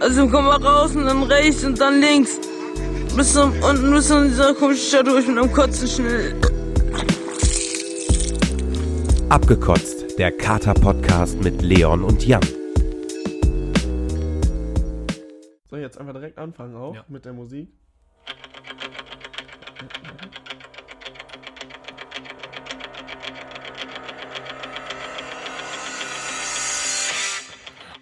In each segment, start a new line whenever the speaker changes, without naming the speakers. Also komm mal raus und dann rechts und dann links. Bis zum, unten bis zu dieser komischen Stadt durch mit einem Kotzen schnell.
Abgekotzt, der Kater-Podcast mit Leon und Jan.
Soll ich jetzt einfach direkt anfangen auch
Ja.
mit der Musik?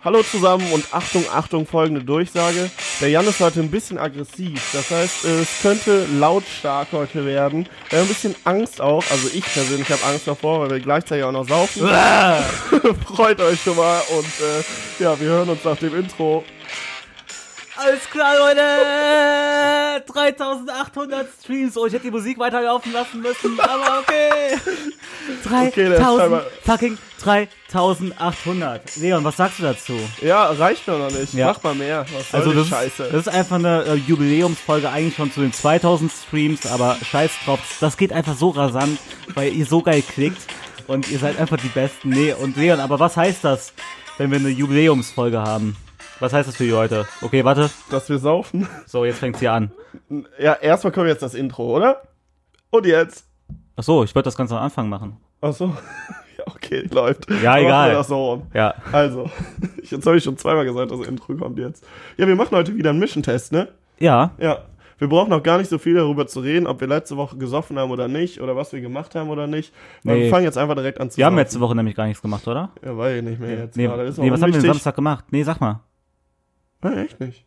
Hallo zusammen und Achtung, Achtung, folgende Durchsage. Der Jan ist heute ein bisschen aggressiv. Das heißt, äh, es könnte lautstark heute werden. Wir haben ein bisschen Angst auch. Also ich persönlich habe Angst davor, weil wir gleichzeitig auch noch saufen. Freut euch schon mal und äh, ja, wir hören uns nach dem Intro.
Alles klar, Leute! 3800 Streams. Oh, ich hätte die Musik weiterlaufen lassen müssen, aber okay. 3000,
Okay, der ist scheinbar-
fucking 3800. Leon, was sagst du dazu?
Ja, reicht mir noch nicht.
Ja.
Mach mal mehr. Was soll
Also,
die
das ist,
Scheiße?
das ist einfach eine äh, Jubiläumsfolge eigentlich schon zu den 2000 Streams, aber scheiß drauf. Das geht einfach so rasant, weil ihr so geil klickt und ihr seid einfach die Besten. Nee, und Leon, aber was heißt das, wenn wir eine Jubiläumsfolge haben? Was heißt das für die Leute? Okay, warte.
Dass wir saufen.
So, jetzt fängt's hier an.
Ja, erstmal kommt jetzt das Intro, oder? Und jetzt.
Ach so, ich wollte das Ganze am Anfang machen.
Achso. Ja, okay, läuft.
Ja,
Dann
egal.
machen wir Das so rum.
Ja.
Also, jetzt habe ich schon zweimal gesagt, das Intro kommt jetzt. Ja, wir machen heute wieder einen Mission-Test, ne?
Ja.
Ja. Wir brauchen noch gar nicht so viel darüber zu reden, ob wir letzte Woche gesoffen haben oder nicht, oder was wir gemacht haben oder nicht. Wir
Nee.
fangen jetzt einfach direkt an zu
Wir haben
saufen.
letzte Woche nämlich gar nichts gemacht, oder?
Ja, weiß ich nicht mehr jetzt.
Nee,
gerade. Ist
nee
auch
was haben wir
unwichtig.
denn Samstag gemacht? Nee, sag mal.
Ah, echt nicht.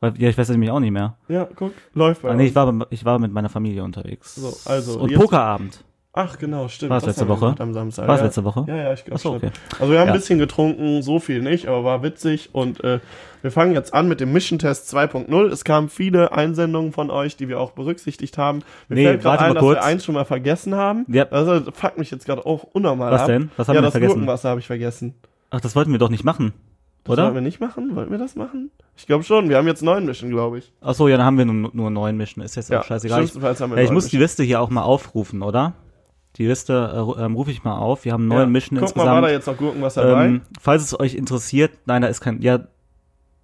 Weil, ja, ich weiß es nämlich auch nicht mehr.
Ja, guck, läuft bei
Ah, nee,
uns.
ich war, bei- ich war mit meiner Familie unterwegs.
So, also,
Und
jetzt-
Pokerabend.
Ach, genau, stimmt.
War's
Das
letzte
haben wir
Woche?
gemacht Am Samstag.
War's
ja.
letzte Woche?
Ja, ja, ich glaube
Ach so,
schon.
okay.
Also wir haben
Ja.
ein bisschen getrunken, so viel nicht, aber war witzig und äh, wir fangen jetzt an mit dem Mission Test 2.0. Es kamen viele Einsendungen von euch, die wir auch berücksichtigt haben. Mir
Nee,
fällt gerade
warte
ein,
mal
dass wir
kurz.
eins schon mal vergessen haben.
Ja.
Also fuckt mich jetzt gerade auch unnormal
Was
ab.
denn? Was haben
ja,
wir
das
vergessen?
Gurkenwasser habe ich vergessen.
Ach, das wollten wir doch nicht machen.
Das Wollten wir
Oder?
nicht machen? Wollten wir das machen? Ich glaube schon, wir haben jetzt neun Mission, glaube ich.
Ach so, ja, dann haben wir nur, nur neun Mission. Ist jetzt auch scheißegal. Ich,
schlimmstenfalls haben wir
ja, ich
neun
muss die
Mission.
Liste hier auch mal aufrufen, oder? Die Liste äh, ru- ähm, rufe ich mal auf. Wir haben neun
Ja.
Mission
Guck mal, war da
insgesamt.
jetzt noch Gurkenwasser
ähm,
bei?
falls es euch interessiert, nein, da ist kein. Ja,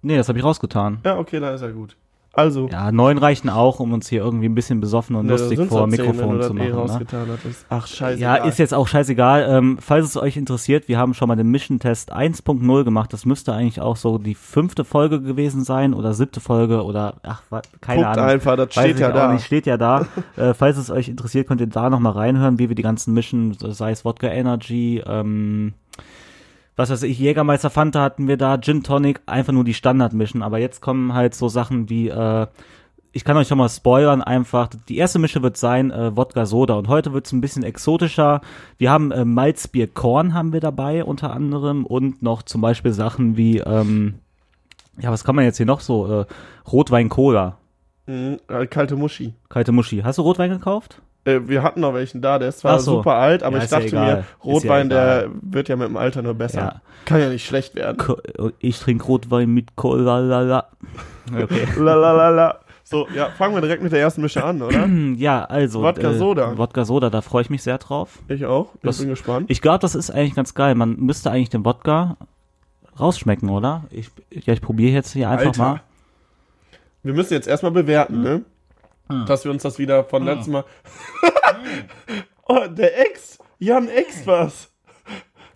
nee, das habe ich rausgetan.
Ja, okay, dann ist ja gut. Also,
Ja, neun reichen auch, um uns hier irgendwie ein bisschen besoffen und
Ne,
lustig
sind's
vor
auch zehn, wenn du
Mikrofon
das
zu
eh
machen. Ne?
rausgetan hattest. Ach, scheiße.
Ja, ist jetzt auch scheißegal. Ähm, falls es euch interessiert, wir haben schon mal den Mission Test 1.0 gemacht. Das müsste eigentlich auch so die fünfte Folge gewesen sein oder siebte Folge oder ach, wa- keine
Guckt
Ahnung.
einfach, das
Weiß
steht
ich
ja
auch
da.
Nicht, steht ja da. äh, falls es euch interessiert, könnt ihr da nochmal reinhören, wie wir die ganzen Mission, sei es Wodka Energy, ähm, was weiß ich, Jägermeister Fanta hatten wir da, Gin Tonic, einfach nur die Standard-Mission. Aber jetzt kommen halt so Sachen wie, äh, ich kann euch schon mal spoilern, einfach. Die erste Mische wird sein, äh, Wodka Soda. Und heute wird's ein bisschen exotischer. Wir haben äh, Malzbier Korn haben wir dabei, unter anderem. Und noch zum Beispiel Sachen wie, ähm, ja, was kann man jetzt hier noch so? Äh, Rotwein Cola.
Mhm, äh, kalte Muschi.
Kalte Muschi. Hast du Rotwein gekauft?
Äh, wir hatten noch welchen da, der ist zwar
Ach so.
super alt, aber
Ja,
ich
ist ja
dachte
egal.
mir,
Ist ja
Rotwein, der
egal.
wird ja mit dem Alter nur besser.
Ja.
Kann ja nicht schlecht werden.
Ko- äh, Ich trinke Rotwein mit Cola. la, la. Okay.
Lalalala. So, ja, fangen wir direkt mit der ersten Mische an, oder?
Hm, ja, also.
Wodka Soda.
Äh, Wodka Soda, da freue ich mich sehr drauf.
Ich auch. Ich
Das-
bin gespannt.
Ich glaube, das ist eigentlich ganz geil. Man müsste eigentlich den Wodka rausschmecken, oder? Ich, ja, ich probiere jetzt hier einfach
Alter.
mal.
Wir müssen jetzt erstmal bewerten, ne?
Ah.
Dass wir uns das wieder von letztem Mal. oh, der Ex! Jan Ex was!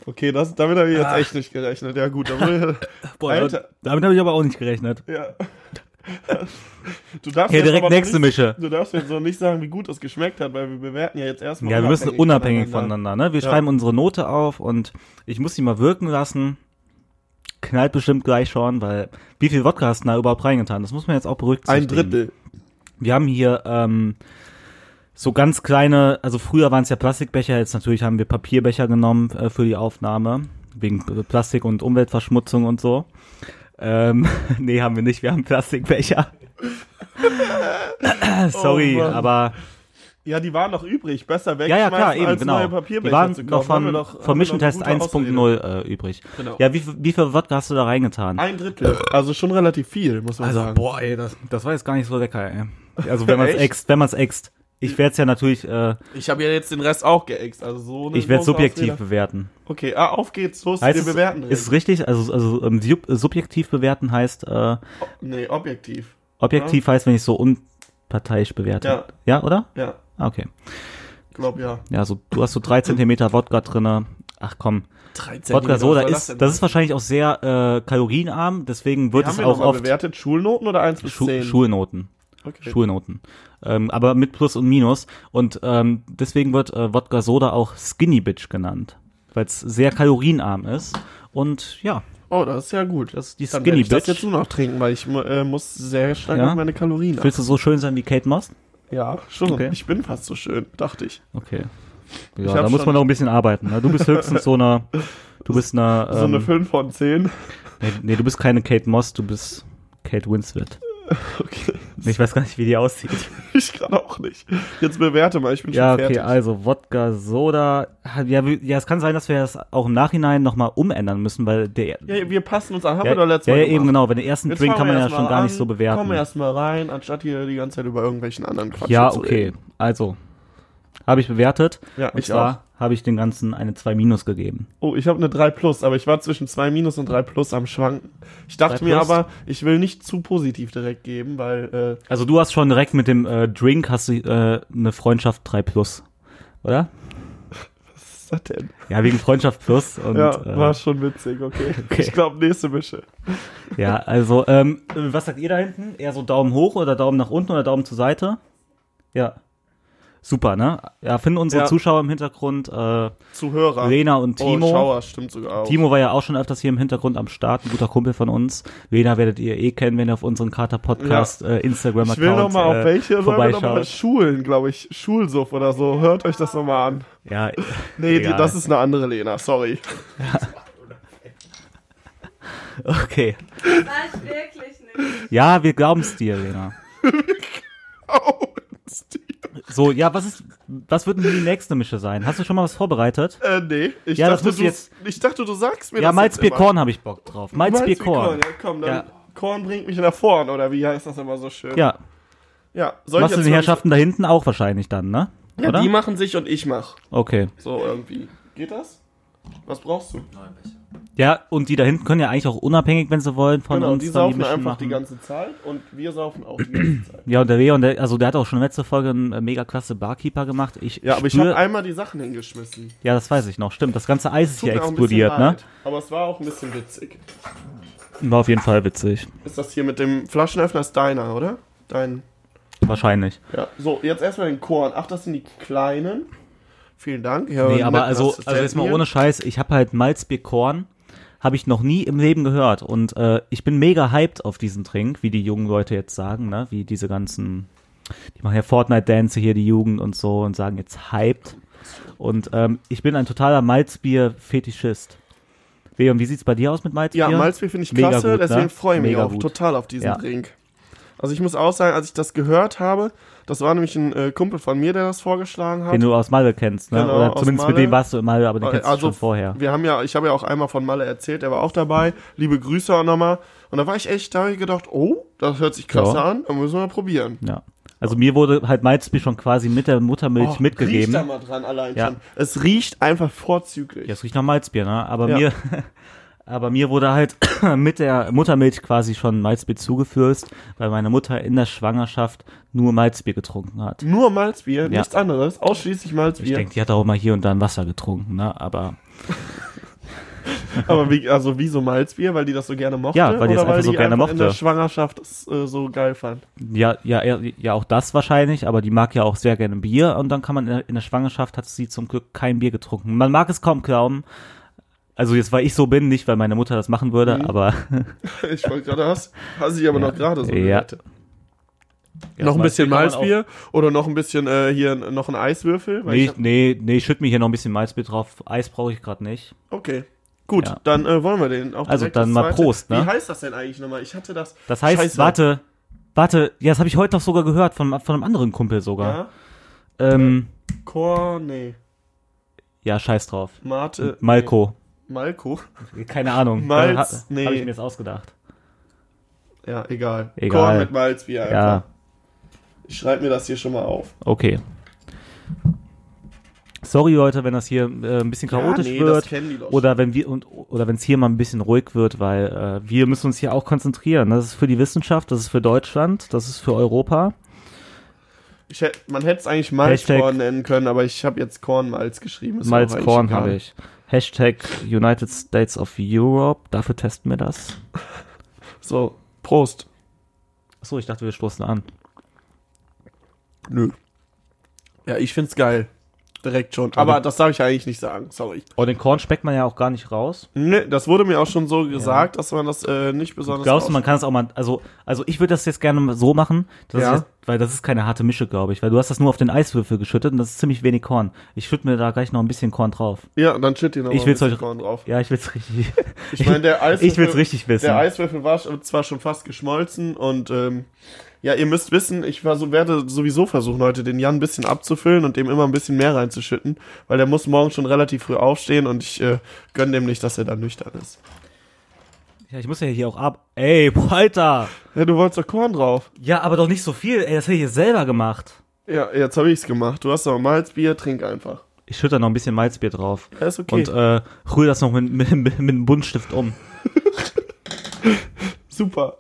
Okay, das, damit habe ich jetzt echt nicht gerechnet. Ja, gut, dann
Ah. Boah,
Alter.
Damit habe ich aber auch nicht gerechnet.
Ja. Du darfst
Hier
jetzt
direkt
aber noch
nächste
nicht,
Mische.
Du darfst jetzt noch nicht sagen, wie gut das geschmeckt hat, weil wir bewerten ja jetzt erstmal.
Ja, wir müssen unabhängig voneinander, ne? Wir
Ja.
schreiben unsere Note auf und ich muss die mal wirken lassen. Knallt bestimmt gleich schon, weil wie viel Wodka hast du da überhaupt reingetan? Das muss man jetzt auch berücksichtigen.
Ein Drittel.
Wir haben hier ähm, so ganz kleine, also früher waren es ja Plastikbecher, jetzt natürlich haben wir Papierbecher genommen äh, für die Aufnahme, wegen P- Plastik und Umweltverschmutzung und so. Ähm, nee, haben wir nicht, wir haben Plastikbecher. Sorry,
Oh Mann.
aber
Ja, die waren noch übrig. Besser
ja,
wegschmeißen
ja, klar, eben,
als
genau.
neue Papierbecher
Die waren
zu kaufen. Haben
noch
wir
von,
haben wir
vom Mission
eine
Test
gute Ausrede.
1.0 äh, übrig.
Genau.
Ja, wie, viel- wie viel Wodka hast du da reingetan?
Ein Drittel. Also schon relativ viel, muss man
Also,
sagen.
boah, ey, das, das war jetzt gar nicht so lecker, ey. Also, wenn man es
Echt?
ext, wenn man es ext. Ich werde es ja natürlich, äh,
Ich habe ja jetzt den Rest auch geäxt, also so eine
ich werde
große
subjektiv
Ausrede.
bewerten.
Okay, ah, auf geht's, los, wir
Heißt es,
bewerten.
ist es richtig? Also, also ähm, sub subjektiv bewerten heißt, äh,
nee, objektiv.
objektiv heißt, wenn ich so unparteiisch bewerte.
Ja.
ja oder?
Ja,
Ah, okay.
glaub ja.
Ja, so, du hast so drei Zentimeter Wodka drinne. Ach komm,
13
Wodka Soda ist, das ist wahrscheinlich auch sehr äh, kalorienarm, deswegen wird
haben
es
wir
auch
auch
oft
bewertet Schulnoten oder 1 bis
Schu
10?
Schulnoten.
okay.
Schulnoten. Ähm, aber mit Plus und Minus. Und ähm, deswegen wird äh, Wodka Soda auch Skinny Bitch genannt, weil es sehr kalorienarm ist. Und ja,
Oh, das ist ja gut.
Das ist die
Dann
Skinny
werde ich das
Bitch.
jetzt nur noch trinken, weil ich mu- äh, muss sehr stark
Ja?
auf meine Kalorien
willst du so schön sein wie Kate Moss?
achten. Ja, schon.
Okay.
Ich bin fast so schön, dachte ich.
Okay.
Ich
Ja,
hab
da muss
schon-
man noch ein bisschen arbeiten. Ne? Du bist höchstens so eine, du bist eine, ähm,
So eine 5 von 10.
nee, nee, du bist keine Kate Moss, du bist Kate Winslet.
Okay,
Ich weiß gar nicht, wie die aussieht.
ich gerade auch nicht. Jetzt bewerte mal, ich bin
Ja,
schon fertig.
okay, also Wodka, Soda. Ja, wie- ja, es kann sein, dass wir das auch im Nachhinein nochmal umändern müssen, weil der.
Ja, wir passen uns an, haben
ja,
wir doch letztes
ja,
Mal
ja, eben
gemacht.
genau. Bei den ersten
Jetzt
Drink
fangen
kann
wir
man ja
erst
schon
mal
gar
an,
nicht so bewerten.
Komm erstmal rein, anstatt hier die ganze Zeit über irgendwelchen anderen Quatsch
ja,
zu
okay.
reden.
Also, habe ich bewertet.
Ja,
und
ich auch.
zwar habe ich den ganzen eine 2 minus gegeben.
Oh, ich habe eine 3 plus, aber ich war zwischen 2 minus und 3 plus am Schwanken. Ich dachte
3
mir
plus?
aber, ich will nicht zu positiv direkt geben, weil äh,
Also, du hast schon direkt mit dem äh, Drink hast du äh, eine Freundschaft 3 plus, oder?
was ist das denn?
Ja, wegen Freundschaft plus. Und,
ja,
äh,
war schon witzig, okay.
Okay.
Ich glaube, nächste Mische.
Ja, also, ähm, äh, was sagt ihr da hinten? Eher so Daumen hoch oder Daumen nach unten oder Daumen zur Seite? Ja. Super, ne? Ja, finden unsere
Ja.
Zuschauer im Hintergrund. Äh,
Zuhörer.
Lena und Timo.
Oh, Schauer, stimmt sogar auch.
Timo war ja auch schon öfters hier im Hintergrund am Start, ein guter Kumpel von uns. Lena werdet ihr eh kennen, wenn ihr auf unseren Kater-Podcast äh,
ich will
Instagram-Account
nochmal auf welche,
äh,
sollen wir nochmal
vorbeischaut.
Schulen, glaube ich, Schulsuff oder so. Hört euch das nochmal an.
Ja,
Nee, die,
Egal.
das ist eine andere Lena, sorry.
okay.
Nein, wirklich nicht.
Ja, wir glauben's dir, Lena.
Oh, Steve.
So, ja, was ist, was wird denn die nächste Mische sein? Hast du schon mal was vorbereitet?
Äh, nee. Ich,
Ja, das
dachte,
musst
du,
du jetzt-
ich dachte, du sagst mir
Ja,
das. jetzt
Malzbier
immer.
Korn habe ich Bock drauf. Malzbier Korn.
Ja, komm, dann
Ja.
Korn bringt mich nach vorn, oder wie heißt das immer so schön?
Ja,
ja soll
machst du
jetzt
den
wirklich-
Herrschaften da hinten auch wahrscheinlich dann, ne?
Ja,
Oder?
die machen sich und ich mach.
Okay.
So irgendwie. Geht das? Was brauchst du?
Ja, und die da hinten können ja eigentlich auch unabhängig, wenn sie wollen, von
genau,
uns
die
dann
saufen
Mischen
einfach die
machen.
ganze Zeit und wir saufen auch die ganze Zeit.
Ja, und der Leon, der, also der hat auch schon letzte Folge einen äh, mega klasse Barkeeper gemacht. Ich
Ja, aber ich
spür,
habe einmal die Sachen hingeschmissen.
Ja, das weiß ich noch. Stimmt, das ganze Eis ist
Tut
hier
mir auch ein
explodiert,
bisschen
ne?
leid, Aber es war auch ein bisschen witzig.
War auf jeden Fall witzig.
Ist das hier mit dem Flaschenöffner ist deiner, oder? Dein.
Wahrscheinlich.
Ja. So, jetzt erstmal den Korn. Ach, das sind die kleinen. Vielen Dank. Ja,
nee, aber
netten
also,
Assistenten
also jetzt mal
hier.
ohne Scheiß, ich habe halt Malzbierkorn, habe ich noch nie im Leben gehört. Und äh, ich bin mega hyped auf diesen Trink, wie die jungen Leute jetzt sagen, ne? Wie diese ganzen, die machen ja Fortnite-Dance hier, die Jugend und so und sagen jetzt hyped. Und ähm, ich bin ein totaler Malzbier-Fetischist. Leon, wie sieht's bei dir aus mit Malzbier?
Ja, Malzbier finde ich
Mega
klasse,
gut, ne?
deswegen freue ich mich
Mega
auch
gut.
total auf diesen
Ja.
Drink. Also ich muss auch sagen, als ich das gehört habe, das war nämlich ein äh, Kumpel von mir, der das vorgeschlagen hat.
Den du aus Malle kennst, ne?
Genau,
Oder
aus
zumindest mit
Malle.
dem warst du in Malle, aber den kennst
also
du schon vorher.
wir haben ja, ich habe ja auch einmal von Malle erzählt, er war auch dabei. Liebe Grüße auch nochmal. Und da war ich echt, da habe ich gedacht, oh, das hört sich klasse
Ja.
an, dann müssen wir mal probieren.
Ja. Also mir wurde halt Malzbier schon quasi mit der Muttermilch
Och, Oh, Riecht
mitgegeben.
da
Ja,
mal dran allein
Ja.
schon. Es riecht einfach vorzüglich.
es riecht nach Malzbier, ne? Aber
Ja.
mir, aber mir wurde halt mit der Muttermilch quasi schon Malzbier zugeflößt, weil meine Mutter in der Schwangerschaft nur Malzbier getrunken hat.
Nur Malzbier, nichts anderes, ausschließlich
Ich
Malzbier.
denke, die hat auch mal hier und da ein Wasser getrunken, ne? Aber
Aber wie, also wieso Malzbier? Weil die das so gerne mochte?
Ja, weil die das
oder
einfach so
die
gerne
einfach in der
mochte.
Schwangerschaft das äh, so geil fand.
ja, ja, ja, ja, auch das wahrscheinlich. Aber die mag ja auch sehr gerne Bier und dann kann man in der, in der Schwangerschaft hat sie zum Glück kein Bier getrunken. Man mag es kaum glauben. Also jetzt, weil ich so bin, nicht weil meine Mutter das machen würde, aber
Ich wollte gerade hast, hast ich aber noch gerade so
Ja.
gerettet. noch ein bisschen
kann man auch-
Malzbier oder noch ein bisschen äh, hier n- noch ein Eiswürfel. weil
Nee,
ich
ich,
hab-
nee, nee, ich schütt mir hier noch ein bisschen Malzbier drauf. Eis brauche ich gerade nicht.
okay. Gut,
Ja.
dann äh, wollen wir den auch
Also
direkt
dann
das
mal
zweite-
Prost, ne?
Wie heißt das denn eigentlich nochmal? Ich hatte das.
Das heißt,
Scheiße.
warte, warte, ja, das habe ich heute noch sogar gehört, von, von einem anderen Kumpel sogar.
Ja?
Ja, ähm,
Korn, nee.
ja scheiß drauf.
Mate.
Malko.
Äh, Nee. Malko?
Keine Ahnung.
Malz,
Hab-
nee.
Hab ich mir jetzt ausgedacht.
Ja, egal.
Egal.
Korn mit Malzbier einfach.
Ja.
Ich schreibe mir das hier schon mal auf.
Okay. Sorry Leute, wenn das hier äh, ein bisschen chaotisch
ja, nee, Das
wird
kennen die doch
oder wenn wir und oder wenn es hier mal ein bisschen ruhig wird, weil äh, wir müssen uns hier auch konzentrieren. Das ist für die Wissenschaft, das ist für Deutschland, das ist für
schon.
Europa.
ich hätt, man hätte es eigentlich Malzkorn
Hashtag-
nennen können, aber ich habe jetzt Kornmalz geschrieben. Ist mir
Malz
auch eigentlich
Korn
egal.
habe ich. Hashtag United States of Europe. Dafür testen wir das.
So, Prost.
Achso, ich dachte, wir stoßen an.
Nö. Ja, ich find's geil. Direkt schon. Aber das darf ich eigentlich nicht sagen. Sorry.
Und Oh, den Korn schmeckt man ja auch gar nicht raus.
Nee, das wurde mir auch schon so gesagt, dass man das äh, nicht besonders.
Glaubst du, man kann es auch mal, also, also ich würde das jetzt gerne mal so machen, dass
Ja.
ich jetzt, weil das ist keine harte Mische, glaube ich, weil du hast das nur auf den Eiswürfel geschüttet und das ist ziemlich wenig Korn. Ich schütte mir da gleich noch ein bisschen Korn drauf.
Ja, dann schütt ihn noch
Ich
mal
will's
ein bisschen
euch-
Korn drauf.
Ja, ich will's richtig.
Ich meine, der Eiswürfel,
ich will's richtig wissen.
der Eiswürfel war sch- zwar schon fast geschmolzen und ähm, ja, ihr müsst wissen, ich war so, werde sowieso versuchen, heute den Jan ein bisschen abzufüllen und dem immer ein bisschen mehr reinzuschütten, weil der muss morgen schon relativ früh aufstehen und ich äh, gönne dem nicht, dass er dann nüchtern ist.
ja, ich muss ja hier auch ab. Ey, Alter!
Ja, du wolltest doch Korn drauf.
Ja, aber doch nicht so viel. Ey, das hätte ich jetzt selber gemacht.
Ja, jetzt habe ich's gemacht. Du hast doch Malzbier, trink einfach.
Ich schütte da noch ein bisschen Malzbier drauf.
Ja, ist okay.
Und äh, rühre das noch mit, mit, mit, mit einem Buntstift um.
Super.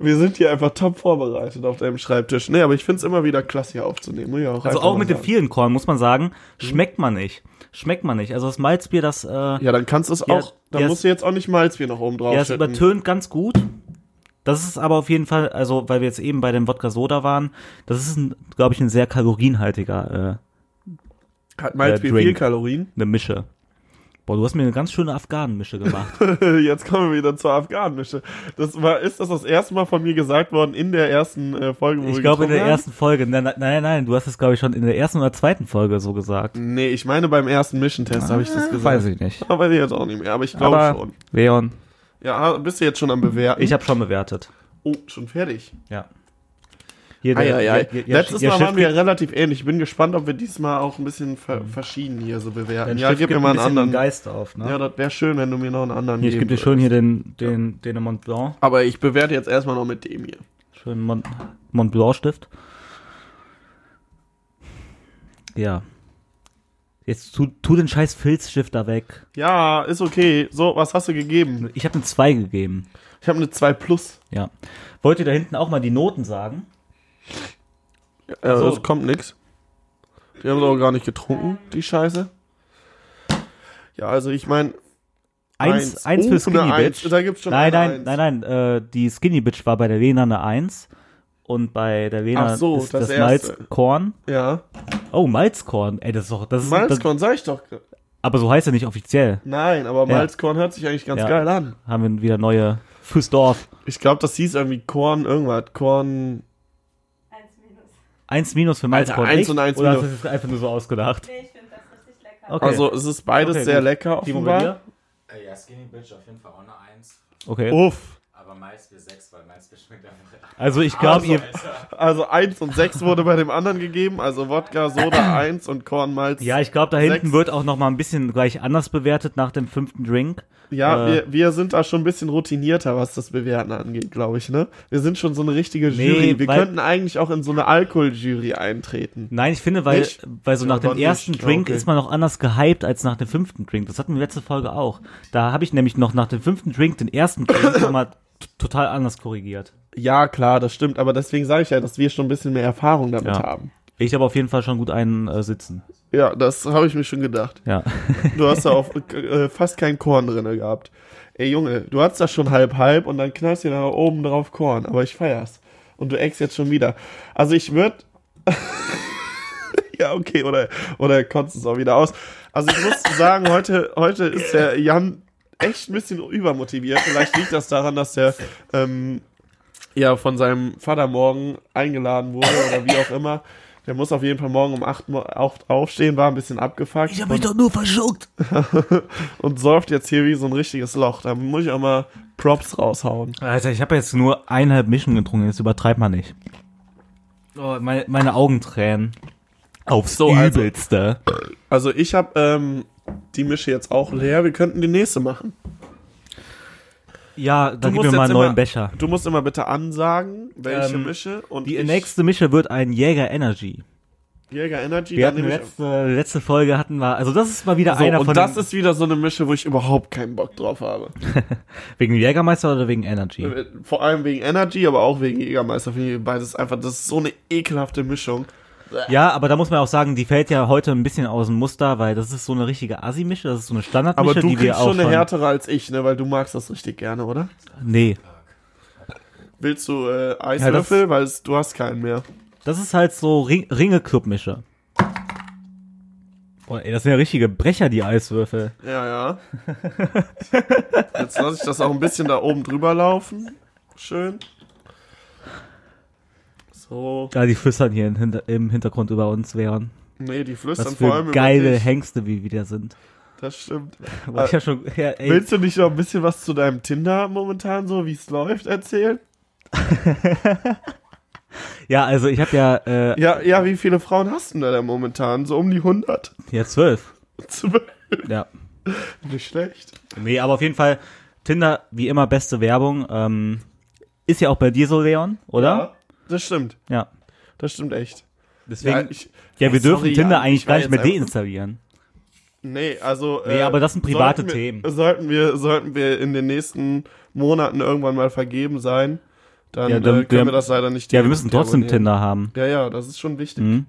Wir sind hier einfach top vorbereitet auf deinem Schreibtisch. Nee, aber ich find's immer wieder klasse, hier aufzunehmen. Muss ich auch
Also
einfach
auch
mal
mit dem
sagen.
vielen Korn, muss man sagen, schmeckt man nicht. Schmeckt man nicht. Also das Malzbier, das, äh, ja,
Mhm. Ja, dann kannst du es
Ja,
auch. Dann
ja,
musst du jetzt auch nicht Malzbier noch oben drauf
das
schütten.
übertönt ganz gut. Das ist aber auf jeden Fall, also weil wir jetzt eben bei dem Wodka-Soda waren, das ist, glaube ich, ein sehr kalorienhaltiger, äh,
Hat Malzbier
äh, Drink.
viel Kalorien.
eine Mische. Boah, du hast mir eine ganz schöne Afghanen-Mische gemacht.
jetzt kommen wir wieder zur afghanische. Das war, ist das das erste Mal von mir gesagt worden in der ersten äh, Folge, wo
ich
wir
glaube in der
getrunken haben?
ersten Folge. Nein, nein, nein, nein, du hast es, glaube ich, schon in der ersten oder zweiten Folge so gesagt.
Nee, ich meine beim ersten Mission-Test habe ich das gesagt.
Ah, Weiß ich nicht.
Aber jetzt auch nicht mehr, aber ich glaube
Aber
schon. Hm?
Leon,
Ja, ah, bist du jetzt schon am Bewerten?
ich habe schon bewertet.
oh, schon fertig.
Ja. Hier, der-
Eieiei.
ihr- ihr- ihr-
Letztes
ihr
Mal
Chef
waren wir relativ ähnlich. Ich bin gespannt, ob wir diesmal auch ein bisschen ver verschieden hier so bewerten.
Hm. Dein
Ja,
Stift
gib
gibt
mir mal einen
ein bisschen
anderen.
den Geist auf, ne?
Ja, das wäre schön, wenn du mir noch einen anderen
hier, ich gebe dir
würdest.
schön hier den, den, den Mont Blanc.
Aber ich bewerte jetzt erstmal noch mit dem hier.
Schönen Mont, Mont Blanc Stift. Ja. Jetzt tu, tu den scheiß Filzstift da weg.
Ja, ist okay. So, was hast du gegeben?
Ich habe eine 2 gegeben.
Ich habe eine 2 plus.
Ja. Wollt ihr da hinten auch mal die Noten sagen?
Äh,
so.
Es kommt nix. Die haben es auch gar nicht getrunken, die Scheiße. Ja, also ich meine.
Eins, eins
oh,
für Skinny
eine
Bitch.
Eins. Da gibt's schon
nein,
eine
nein,
Eins.
nein, nein, äh, Die Skinny Bitch war bei der Lena eine 1. Und bei der Lena
Ach so,
ist
das
das,
erste.
Malzkorn.
Ja.
Oh, Malzkorn. Ey, das ist doch. Das ist, Das,
Malzkorn, sag ich doch.
aber so heißt er nicht offiziell.
Nein, aber Malzkorn hört sich eigentlich ganz
Ja.
geil an.
Haben wir wieder neue fürs Dorf.
Ich glaube, das hieß irgendwie Korn irgendwas. Korn.
Eins minus.
Eins minus für Malzkorn.
eins
echt?
und eins
Oder hast du
minus.
das einfach nur so ausgedacht?
Nee, ich finde das richtig lecker.
Okay.
Also, es ist beides
Okay,
sehr
gut.
lecker.
Timo, bei
Offenbar.
dir?
Äh, Ja, Skinny Bitch auf jeden Fall auch eine Eins,
Okay.
Uff.
aber Malzbier 6, weil Malzbier schmeckt einfach.
Also ich glaube, ihr,
Also 1 und 6 wurde bei dem anderen gegeben, also Wodka, Soda 1 und Kornmalz.
ja, ich glaube, da hinten
Sechs.
wird auch noch mal ein bisschen gleich anders bewertet nach dem fünften Drink.
ja
äh,
wir, wir sind da schon ein bisschen routinierter, was das Bewerten angeht, glaube ich, ne? Wir sind schon so eine richtige
Nee,
Jury. Wir
weil-
könnten eigentlich auch in so eine Alkoholjury eintreten.
Nein, ich finde, weil,
Nicht?
weil so
Ja,
nach
aber
dem
nicht.
ersten
Ja,
Drink
okay.
ist man noch anders gehypt als nach dem fünften Drink. Das hatten wir letzte Folge auch. Da habe ich nämlich noch nach dem fünften Drink den ersten Drink nochmal t- total anders korrigiert.
Ja, klar, das stimmt, aber deswegen sage ich ja, dass wir schon ein bisschen mehr Erfahrung damit
Ja.
haben.
Ich habe auf jeden Fall schon gut einen äh, sitzen.
Ja, das habe ich mir schon gedacht.
Ja.
Du hast da auch äh, fast kein Korn drinne gehabt. Ey Junge, du hattest das schon halb halb und dann knallst du da oben drauf Korn, aber ich feier's. Und du eckst jetzt schon wieder. Also ich würde Ja, okay, oder oder kotzt es auch wieder aus. Also ich muss sagen, heute heute ist der Jan echt ein bisschen übermotiviert. Vielleicht liegt das daran, dass der ähm, ja von seinem Vater morgen eingeladen wurde oder wie auch immer. Der muss auf jeden Fall morgen um 8 Uhr auf, aufstehen, war ein bisschen abgefuckt.
habe mich doch nur verschluckt.
und säuft jetzt hier wie so ein richtiges Loch. Da muss ich auch mal Props raushauen.
Alter, ich habe jetzt nur eineinhalb Mischen getrunken, jetzt übertreibt man nicht. Oh, meine, meine Augen tränen. Aufs
So, also-
Übelste.
Also ich habe ähm, die Mische jetzt auch leer. Wir könnten die nächste machen.
Ja,
Du
dann gib
musst
mir mal
jetzt
einen neuen
immer-
Becher.
Du musst immer bitte ansagen, welche
Ähm,
Mische und
Die
ich,
nächste Mische wird ein Jäger Energy.
Jäger Energy.
Wir
dann
hatten
nehme ich-
letzte, letzte Folge hatten wir, also das ist mal wieder
so,
einer
und
von
das
den,
ist wieder so eine Mische, wo ich überhaupt keinen Bock drauf habe.
wegen Jägermeister oder wegen Energy?
Vor allem wegen Energy, aber auch wegen Jägermeister. Finde ich beides einfach, das ist so eine ekelhafte Mischung.
Ja, aber da muss man auch sagen, die fällt ja heute ein bisschen aus dem Muster, weil das ist so eine richtige Assi-Mische, das ist so
Aber
eine Standardmische,
du
die wir
kriegst
auch
schon eine
schon-
härtere als ich, ne? Weil du magst das richtig gerne, oder?
Nee,
Willst du äh,
Ja, das-
Eiswürfel? weil es- du hast keinen mehr.
das ist halt so Ring Ringe-Club-Mische. Boah, ey, das sind ja richtige Brecher, die Eiswürfel.
Ja, ja. Jetzt lasse ich das auch ein bisschen da oben drüber laufen. Schön. So.
Ja, die flüstern hier im, Hinter im Hintergrund über uns wären.
Nee, die flüstern
Was
vor allem
für
über
geile
dich.
Hengste wir wieder sind.
Das stimmt.
Wo ich ja schon, ja, ey,
Willst du nicht noch ein bisschen was zu deinem Tinder momentan so, wie es läuft, erzählen?
ja also ich habe ja, äh,
Ja, ja, wie viele Frauen hast du denn da momentan? So um die 100?
ja zwölf.
Zwölf.
Ja.
Nicht schlecht.
Nee, aber auf jeden Fall, Tinder, wie immer, beste Werbung. Ähm, ist ja auch bei dir so, Leon, oder?
Das stimmt.
Ja.
Das stimmt echt.
Deswegen, ja,
ich,
wir
Ey,
dürfen
sorry,
Tinder
ja,
eigentlich
ich war
gar nicht mehr
jetzt einfach-
deinstallieren.
Nee, also.
Nee, aber das sind private
sollten wir,
Themen.
Sollten wir, sollten wir in den nächsten Monaten irgendwann mal vergeben sein, dann,
Ja, dann-
äh, können wir
wir-
das leider nicht.
Ja, wir müssen trotzdem
abonnieren.
Tinder haben.
Ja, ja, das ist schon wichtig.
Mhm.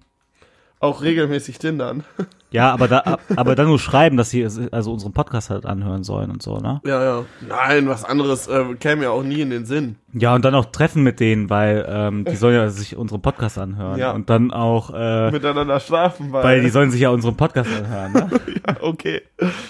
Auch regelmäßig Tindern.
Ja, aber, da, aber dann nur schreiben, dass sie es- also unseren Podcast halt anhören sollen und so, ne?
ja, ja. Nein, was anderes äh, käme ja auch nie in den Sinn.
Ja, und dann auch treffen mit denen, weil ähm, die sollen ja sich unseren Podcast anhören.
Ja.
Und dann auch, äh,
Miteinander schlafen, weil.
weil die sollen sich ja unseren Podcast anhören, ne?
okay.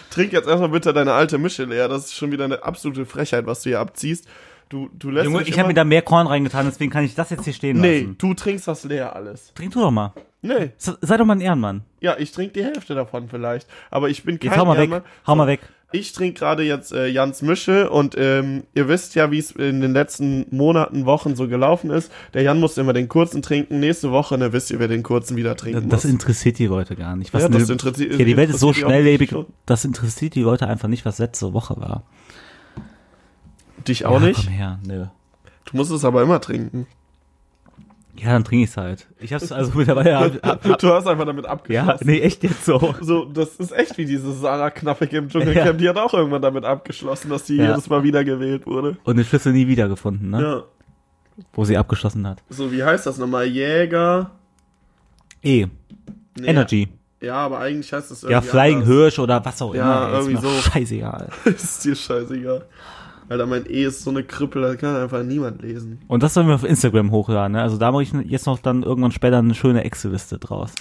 Trink jetzt erstmal bitte deine alte Mische leer. Das ist schon wieder eine absolute Frechheit, was du hier abziehst. Du, du lässt
Junge,
mich
ich habe mir
immer-
da mehr Korn reingetan, deswegen kann ich das jetzt hier stehen
Nee,
lassen.
du trinkst das leer alles.
Trink du doch mal.
Nee,
Se- Sei doch mal ein Ehrenmann.
ja, ich trinke die Hälfte davon vielleicht. Aber ich bin kein
Jetzt hau mal
Jammer.
weg. Hau mal weg.
Ich trinke gerade jetzt äh, Jans Mische und ähm, ihr wisst ja, wie es in den letzten Monaten, Wochen so gelaufen ist. Der Jan musste immer den kurzen trinken. Nächste Woche, ne, wisst ihr, wer den kurzen wieder trinken
Das
muss.
interessiert die Leute gar nicht. Was
Ja, das
eine-
interessiert-
ja, die Welt ist so
interessiert die auch
schnelllebig,
schon.
das interessiert die Leute einfach nicht, was letzte Woche war.
Dich auch
ja,
nicht.
Komm her, nö.
Du musst es aber immer trinken.
Ja, dann trinke ich's halt. Ich hab's also mittlerweile. Ab, ab, ab,
Du hast einfach damit
ja,
abgeschlossen.
nee, echt jetzt so.
So, das ist echt wie diese Sarah Knappig im Dschungelcamp. Die hat auch irgendwann damit abgeschlossen, dass die
Ja.
jedes Mal wiedergewählt wurde.
Und den Schlüssel nie wiedergefunden, ne?
Ja.
Wo sie abgeschlossen hat.
So, wie heißt das nochmal? Jäger.
E.
Nee,
Energy.
Ja, aber eigentlich heißt das
Ja,
irgendwie.
Flying
anders.
Hirsch oder was auch
Ja,
immer. ey,
irgendwie
mir
so.
Scheißegal.
ist dir scheißegal. Alter, mein E ist so eine Krippel, das kann einfach niemand lesen.
Und das sollen wir auf Instagram hochladen, ne? Also da mache ich jetzt noch dann irgendwann später eine schöne Excel-Liste draus.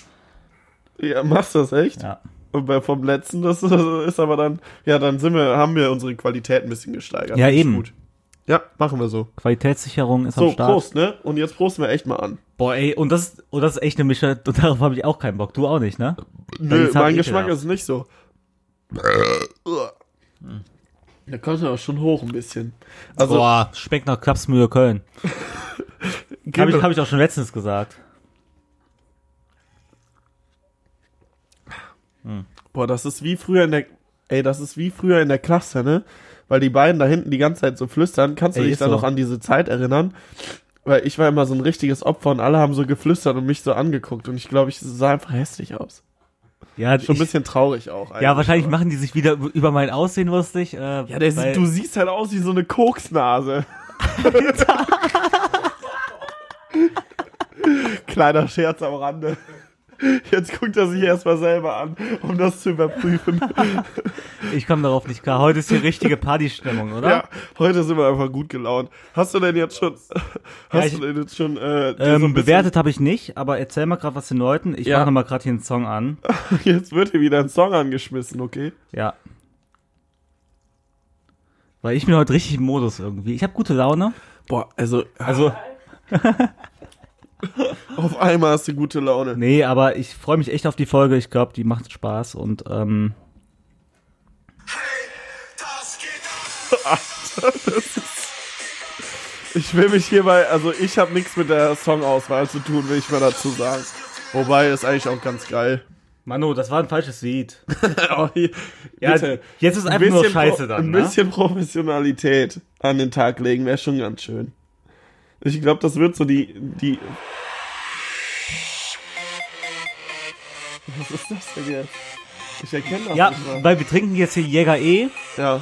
Ja, machst du das echt?
Ja.
Und bei, vom letzten, das ist aber dann, ja, dann sind wir, haben wir unsere Qualität ein bisschen gesteigert.
Ja,
Ist
eben.
Ja, machen wir so.
Qualitätssicherung ist am
So,
Start.
Prost, ne? Und jetzt prosten wir echt mal an.
Boah, ey, und das, ist- und das ist echt eine Mische, und darauf habe ich auch keinen Bock. Du auch nicht, ne?
Nö,
ist halt
mein Geschmack
ekelhaft.
ist nicht so. Hm. Da kommt er auch schon hoch ein bisschen. Also,
Boah, schmeckt nach Klapsmühle Köln.
gib
Habe ich,
mir-
hab ich auch schon letztens gesagt.
boah, das ist wie früher in der, ey, das ist wie früher in der Klasse, ne? Weil die beiden da hinten die ganze Zeit so flüstern. Kannst du
Ey,
dich
ist
da
so.
noch an diese Zeit erinnern? Weil ich war immer so ein richtiges Opfer und alle haben so geflüstert und mich so angeguckt und ich glaube, ich sah einfach hässlich aus.
Ja,
Schon ein
ich,
bisschen traurig auch. eigentlich,
ja wahrscheinlich
aber-
machen die sich wieder über- über mein Aussehen lustig. Äh,
Ja, der
weil,
sieht, du siehst halt aus wie so eine Koksnase. Kleiner Scherz am Rande. Jetzt guckt er sich erstmal selber an, um das zu überprüfen.
ich komme darauf nicht klar. Heute ist hier richtige Partystimmung, oder?
ja, heute sind wir einfach gut gelaunt. Hast du denn jetzt schon, hast
ich-
du denn jetzt schon äh, dir
Ähm,
so ein bisschen-
bewertet habe ich nicht, aber erzähl mal gerade was den Leuten. Ich
Ja.
mach mache nochmal gerade hier einen Song an.
Jetzt wird hier wieder ein Song angeschmissen, okay?
Ja. Weil ich bin heute richtig im Modus irgendwie. Ich habe gute Laune.
Boah, also
Also,
auf einmal hast du gute Laune.
nee, aber ich freue mich echt auf die Folge. Ich glaube, die macht Spaß und ähm,
Ich will mich hierbei, also ich habe nichts mit der Songauswahl zu tun, will ich mal dazu sagen. Wobei ist eigentlich auch ganz geil.
Mano, das war ein falsches Lied.
Oh, hier,
Ja,
bitte.
jetzt ist
Ein
einfach nur
bisschen
Scheiße
Pro-
dann.
Ein
Ne?
bisschen Professionalität. an den Tag legen, wäre schon ganz schön. Ich glaube, das wird so die, die. Was ist das denn jetzt? Ich erkenne das
Ja,
nicht mal.
weil wir trinken jetzt hier Jäger E.
Ja,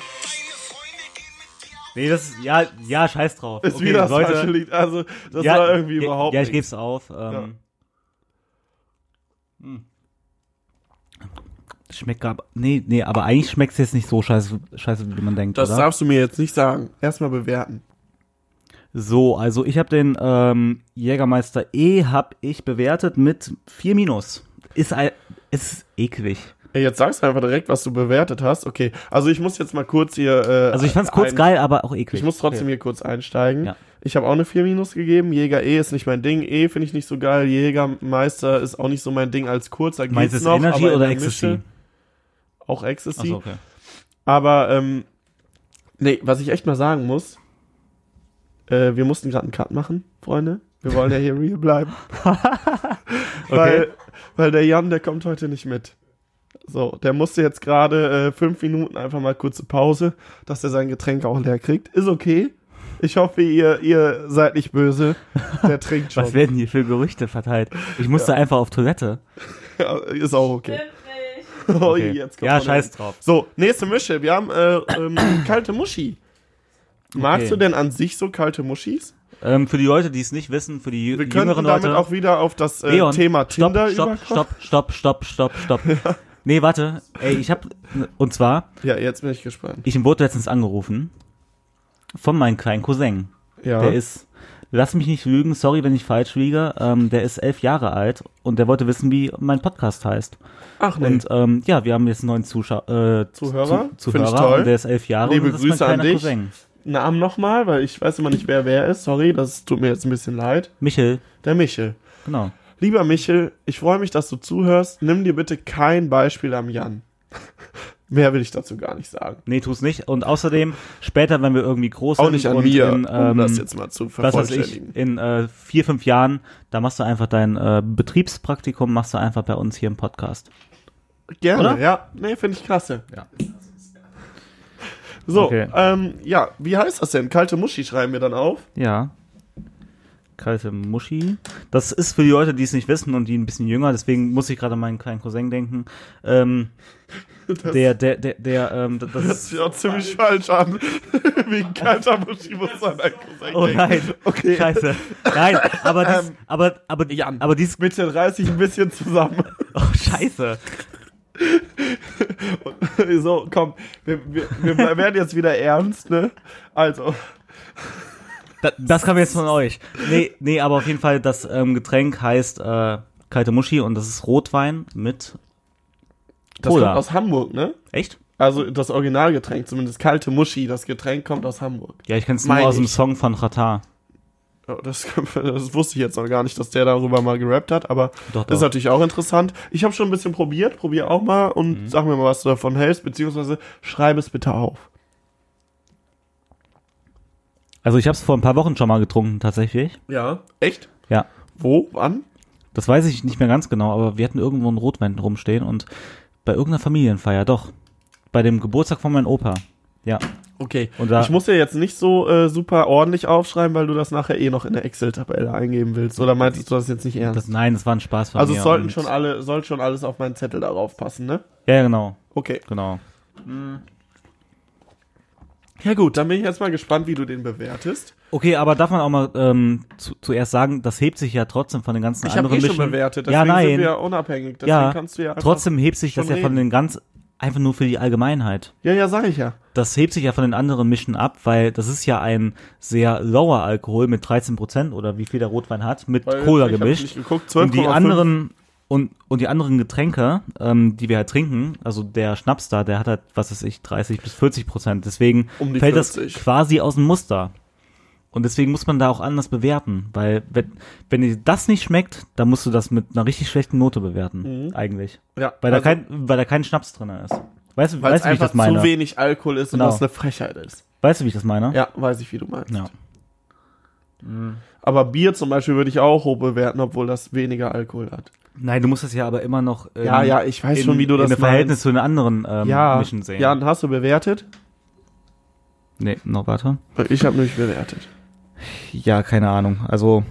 Nee, das ist, ja, ja, scheiß drauf.
ist
Okay,
wieder das
Leute,
falsche Lied. Also, das
ja,
war irgendwie
ja,
überhaupt
Ja, ich
nichts.
geb's auf. Ähm,
Hm.
Schmeckt gar, nee, nee, aber eigentlich schmeckt's jetzt nicht so scheiße, scheiße wie man denkt,
Das
oder?
darfst du mir jetzt nicht sagen. Erstmal bewerten.
So, also ich habe den ähm, Jägermeister E hab ich bewertet mit 4 Minus. Ist, ein- ist eklig.
Ey, jetzt sagst du einfach direkt, was du bewertet hast. Okay, also ich muss jetzt mal kurz hier. Äh,
Also ich fand's kurz
ein-
geil, aber auch eklig.
Ich muss trotzdem hier kurz einsteigen.
Ja.
Ich habe auch eine 4 Minus gegeben. Jäger E ist nicht mein Ding. E finde ich nicht so geil. Jägermeister ist auch nicht so mein Ding als kurzer. Geht's
Meinst du es
noch,
Energy
aber in
oder
der
Ecstasy?
Mische- Auch Ecstasy.
Achso, okay.
Aber, ähm, nee, was ich echt mal sagen muss, äh, wir mussten gerade einen Cut machen, Freunde. Wir wollen ja hier real bleiben. weil, weil der Jan, der kommt heute nicht mit. So, der musste jetzt gerade äh, fünf Minuten einfach mal kurze Pause, dass er sein Getränk auch leer kriegt. Ist okay. Ich hoffe, ihr, ihr seid nicht böse. Der trinkt
Was
schon.
werden hier für Gerüchte verteilt? Ich musste einfach auf Toilette.
Ja, Ist auch okay.
Stimmt nicht.
Oh,
Okay.
jetzt kommt
ja,
von der-
scheiß drauf.
So, nächste Mische. Wir haben äh, ähm, kalte Muschi. Magst
Okay.
du denn an sich so kalte Muschis?
Ähm, für die Leute, die es nicht wissen, für die
Wir
jüngeren
könnten damit
Leute.
auch wieder auf das äh,
Leon,
Thema
stopp,
Tinder
stopp,
überkommen.
stopp, stopp, stopp, stopp, stopp. Nee, warte. Ey, ich hab. Und zwar,
Ja, jetzt bin ich gespannt.
ich wurde letztens angerufen von meinem kleinen Cousin.
Ja.
Der ist, lass mich nicht lügen, sorry, wenn ich falsch liege, ähm, der ist elf Jahre alt und der wollte wissen, wie mein Podcast heißt.
Ach nee.
Und ähm, ja, wir haben jetzt einen neuen Zuschau äh,
Zuhörer?
Zu
Find ich
Zuhörer
toll.
und der ist elf Jahre
Liebe
und das ist mein
Grüße an
kleiner
dich.
Cousin.
Namen nochmal, weil ich weiß immer nicht, wer wer ist. Sorry, das tut mir jetzt ein bisschen leid.
Michel,
Der Michel.
genau.
Lieber Michel, ich freue mich, dass du zuhörst. Nimm dir bitte kein Beispiel am Jan. Mehr will ich dazu gar nicht sagen.
Nee, tu's nicht. Und außerdem, später, wenn wir irgendwie groß
Auch
sind
nicht an
und
mir,
in, ähm,
um das jetzt mal zu
was weiß ich,
vervollständigen.
in äh, vier, fünf Jahren, da machst du einfach dein äh, Betriebspraktikum, machst du einfach bei uns hier im Podcast.
Gerne,
Oder?
ja. Nee, finde ich klasse.
Ja.
So,
Okay.
ähm, ja, wie heißt das denn? Kalte Muschi schreiben wir dann auf.
Ja. Kalte Muschi. Das ist für die Leute, die es nicht wissen und die ein bisschen jünger, deswegen muss ich gerade an meinen kleinen Cousin denken. Ähm, der, der, der, der, ähm, das,
Das sieht auch ziemlich falsch an. Wegen kalter Muschi muss man ein Cousin
Oh
denken.
nein,
Okay. Ähm,
scheiße. Nein, aber dies, aber, aber,
Jan.
aber dies,
Mit den 30 ein bisschen zusammen.
oh, scheiße.
so, komm, wir, wir, wir ble- werden jetzt wieder ernst, ne? Also,
Das, das kam jetzt von euch. Nee, nee, aber auf jeden Fall, das ähm, Getränk heißt äh, kalte Muschi und das ist Rotwein mit.
das
Cola.
kommt aus Hamburg, ne?
Echt?
Also das Originalgetränk, zumindest kalte Muschi, das Getränk kommt aus Hamburg.
Ja, ich kenne es nur
Mein
aus dem
ich.
Song von Ratar.
Oh, Das, das wusste ich jetzt noch gar nicht, dass der darüber mal gerappt hat, aber
Doch,
ist
doch.
natürlich auch interessant. Ich habe schon ein bisschen probiert, probier auch mal und
Mhm.
sag mir mal, was du davon hältst, beziehungsweise schreib es bitte auf.
Also ich habe es vor ein paar Wochen schon mal getrunken, tatsächlich.
Ja. Echt?
Ja.
Wo? Wann?
Das weiß ich nicht mehr ganz genau, aber wir hatten irgendwo einen Rotwein rumstehen und bei irgendeiner Familienfeier, doch. Bei dem Geburtstag von meinem Opa. Ja.
Okay.
Und da-
ich muss dir jetzt nicht so äh, super ordentlich aufschreiben, weil du das nachher eh noch in der Excel-Tabelle eingeben willst. Oder meintest du das jetzt nicht ernst?
Das, nein, das war ein Spaß von
also
mir.
es sollten
und-
schon alle, soll schon alles auf meinen Zettel darauf passen, ne?
Ja, ja, genau,
Okay.
genau.
Ja gut, dann bin ich jetzt mal gespannt, wie du den bewertest.
Okay, aber darf man auch mal ähm, zu, zuerst sagen, das hebt sich ja trotzdem von den ganzen
Ich habe
anderen
eh schon
Mischen-
bewertet, deswegen
Ja, nein.
sind wir ja unabhängig. Deswegen
ja,
kannst du ja einfach,
trotzdem hebt sich das
schon
ja von
reden.
den ganz einfach nur für die Allgemeinheit.
Ja, ja, sag ich ja.
Das hebt sich ja von den anderen Mischen ab, weil das ist ja ein sehr lower Alkohol mit 13 Prozent oder wie viel der Rotwein hat mit
Weil
Cola
ich hab's
gemischt.
Nicht geguckt, 12,
Und die anderen und und die anderen Getränke, ähm, die wir halt trinken, also der Schnaps da, der hat halt was weiß ich 30 bis 40 Prozent. Deswegen
Um die
fällt
40.
das quasi aus dem Muster. Und deswegen muss man da auch anders bewerten, weil wenn, wenn dir das nicht schmeckt, dann musst du das mit einer richtig schlechten Note bewerten, eigentlich.
ja,
Weil,
Mhm. also,
da kein, weil da kein Schnaps drin ist. Weißt du,
weil es
weißt du wie ich
einfach
das meine?
zu wenig Alkohol ist
Genau.
und das eine Frechheit ist.
Weißt du, wie ich das meine?
Ja, weiß ich, wie du meinst.
Ja.
Aber Bier zum Beispiel würde ich auch hoch bewerten, obwohl das weniger Alkohol hat.
Nein, du musst das ja aber immer noch ähm,
Ja, ja, ich weiß
in,
schon, wie du
in
das
dem Verhältnis zu den anderen ähm,
meinst. Ja,
Mischen sehen.
Jan, hast du bewertet?
Nee, noch warte.
Ich habe mich bewertet.
Ja, keine Ahnung. Also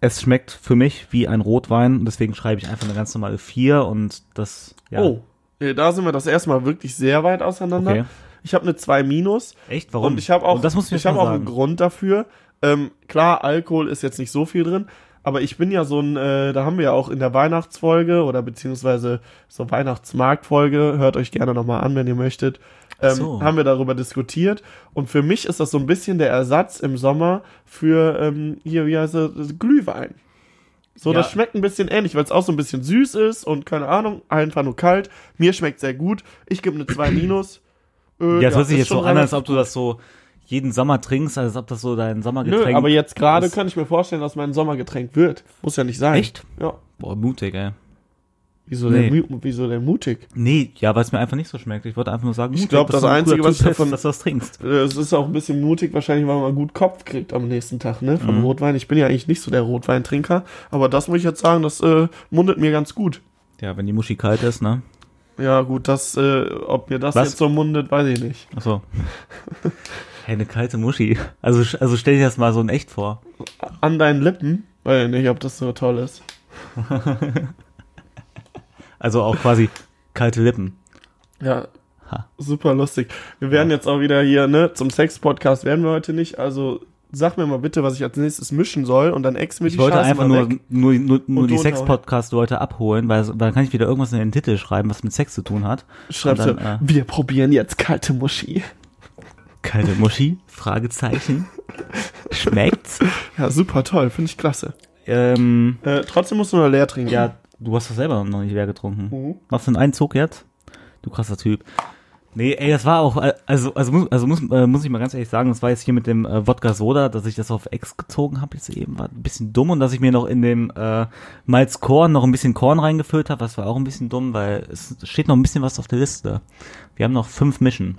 es schmeckt für mich wie ein Rotwein, deswegen schreibe ich einfach eine ganz normale 4 und das ja.
Oh, äh, da sind wir das erste Mal wirklich sehr weit auseinander.
Okay.
Ich habe eine 2 minus.
Echt? Warum?
Und ich habe auch,
das muss ich,
ich hab auch einen
sagen.
Grund dafür. Ähm, klar, Alkohol ist jetzt nicht so viel drin, aber ich bin ja so ein, äh, da haben wir ja auch in der Weihnachtsfolge oder beziehungsweise so Weihnachtsmarktfolge, hört euch gerne nochmal an, wenn ihr möchtet, ähm,
so.
haben wir darüber diskutiert. Und für mich ist das so ein bisschen der Ersatz im Sommer für, ähm, hier, wie heißt es, Glühwein. So,
Ja.
das schmeckt ein bisschen ähnlich, weil es auch so ein bisschen süß ist und keine Ahnung, einfach nur kalt. Mir schmeckt sehr gut. Ich gebe eine 2 minus. Äh,
ja, das hört sich
ist
jetzt so
schon
an, als
relativ
ob du das so jeden Sommer trinkst, als ob das so dein
Nö,
Sommergetränk
aber jetzt gerade
ist.
kann ich mir vorstellen, dass mein Sommergetränk wird. Muss ja nicht sein.
Echt?
Ja.
Boah, mutig, ey.
Wieso,
Nee.
denn, mu- wieso denn mutig?
Nee, ja, weil es mir einfach nicht so schmeckt. Ich wollte einfach nur sagen,
Ich
mutig,
glaub, das
dass du ein cooler
Einzige, was
Typ
ich
bist,
davon-
dass du das trinkst.
Äh, Es ist auch ein bisschen mutig, wahrscheinlich, weil man gut Kopf kriegt am nächsten Tag, ne?
Mhm.
Vom Rotwein. Ich bin ja eigentlich nicht so der Rotweintrinker, aber das muss ich jetzt sagen, das äh, mundet mir ganz gut.
Ja, wenn die Muschi kalt ist, ne?
Ja, gut, das, äh, ob mir das
Was?
jetzt so mundet, weiß ich nicht.
Ach so. Hey, eine kalte Muschi. Also, also stell dir das mal so in echt vor.
An deinen Lippen, weiß ich nicht, ob das so toll ist.
Also auch quasi kalte Lippen.
Ja.
Ha.
Super lustig. Wir werden jetzt auch wieder hier, ne, zum Sex-Podcast werden wir heute nicht, also sag mir mal bitte, was ich als nächstes mischen soll und dann ex mir
Ich
die
wollte
Scheiße
einfach
mal
nur,
weg.
nur, nur, nur
Und
die
du
Sex-Podcast-Leute abholen, weil so- dann kann ich wieder irgendwas in den Titel schreiben, was mit Sex zu tun hat.
Schreibst
Und
du,
dann,
wir probieren jetzt kalte Muschi.
Kalte Muschi? Fragezeichen. Schmeckt's?
Ja, super toll, finde ich klasse.
ähm,
Äh, trotzdem musst du nur leer trinken.
ja, du hast das selber noch nicht leer getrunken.
Mhm.
Machst du einen Einzug jetzt? Du krasser Typ. Nee, ey, das war auch, äh, also, also, muss, also muss, äh, muss ich mal ganz ehrlich sagen, das war jetzt hier mit dem äh, Wodka Soda, dass ich das auf Ex gezogen habe jetzt eben, war ein bisschen dumm und dass ich mir noch in dem äh, Malz Korn noch ein bisschen Korn reingefüllt habe, das war auch ein bisschen dumm, weil es steht noch ein bisschen was auf der Liste. Wir haben noch fünf Mischen.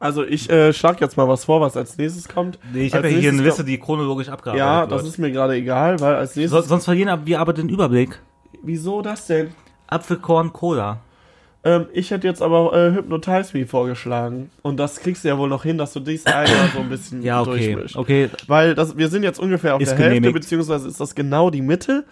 Also ich äh, schlag jetzt mal was vor, was als nächstes kommt. Als nächstes kommt-
die chronologisch abgearbeitet
Ja, das ist mir gerade egal, weil als
so,
nächstes.
sonst verlieren wir aber den Überblick.
Wieso das denn?
Apfelkorn Cola.
Ähm, ich hätte jetzt aber äh, Hypnotize Me vorgeschlagen. Und das kriegst du ja wohl noch hin, dass du dies einmal so ein bisschen
Ja, okay.
durchmischst.
Okay,
Weil das, wir sind jetzt ungefähr auf
Ist
der Hälfte,
genehmigt.
beziehungsweise ist das genau die Mitte.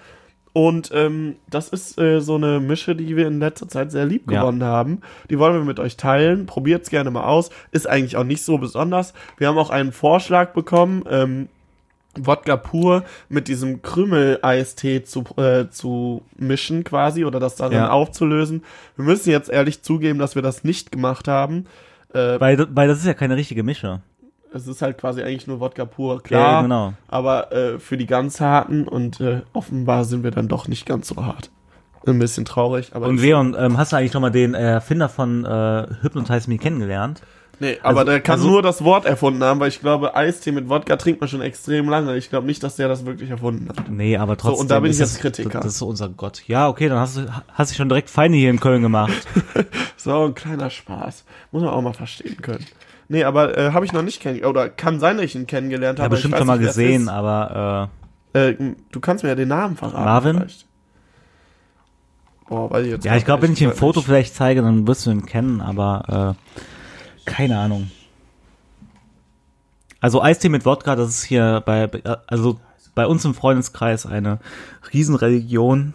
Und ähm, das ist äh, so eine Mische, die wir in letzter Zeit sehr lieb
Ja.
gewonnen haben. Die wollen wir mit euch teilen. Probiert's gerne mal aus. Ist eigentlich auch nicht so besonders. Wir haben auch einen Vorschlag bekommen, ähm, Wodka pur mit diesem Krümel-Eistee zu, äh, zu mischen quasi oder das darin
Ja.
aufzulösen. Wir müssen jetzt ehrlich zugeben, dass wir das nicht gemacht haben. Äh,
weil, weil das ist ja keine richtige Mische.
es ist halt quasi eigentlich nur Wodka pur, klar.
Ja, genau.
Aber äh, für die ganz harten und äh, offenbar sind wir dann doch nicht ganz so hart. Ein bisschen traurig, aber.
Und Leon, ähm, hast du eigentlich schon mal den Erfinder von äh, Hypnotize Me kennengelernt?
nee, aber
also-
der kann
also-
nur das Wort erfunden haben, weil ich glaube, Eistee mit Wodka trinkt man schon extrem lange. Ich glaube nicht, dass der das wirklich erfunden hat.
Nee, aber trotzdem.
und da bin
ist
ich jetzt
das-
Kritiker.
Das ist so unser Gott. Ja, okay, dann hast du hast dich schon direkt Feinde hier in Köln gemacht.
So, ein kleiner Spaß. Muss man auch mal verstehen können. Nee, aber äh, habe ich noch nicht kennengelernt. Oder kann sein, dass ich ihn kennengelernt
Ich
habe. aber
habe
ich
bestimmt
weiß
schon mal
nicht, wer es
gesehen,
ist.
aber
Äh, du kannst mir ja den Namen verraten.
Marvin?
vielleicht. Boah, weiß ich jetzt
äh, ja, ich glaube, wenn ich dir ein
im
Foto vielleicht zeige, dann wirst du ihn kennen, aber äh, keine Ahnung. Also Eistee mit Wodka, das ist hier bei bei- also bei uns im Freundeskreis eine Riesenreligion.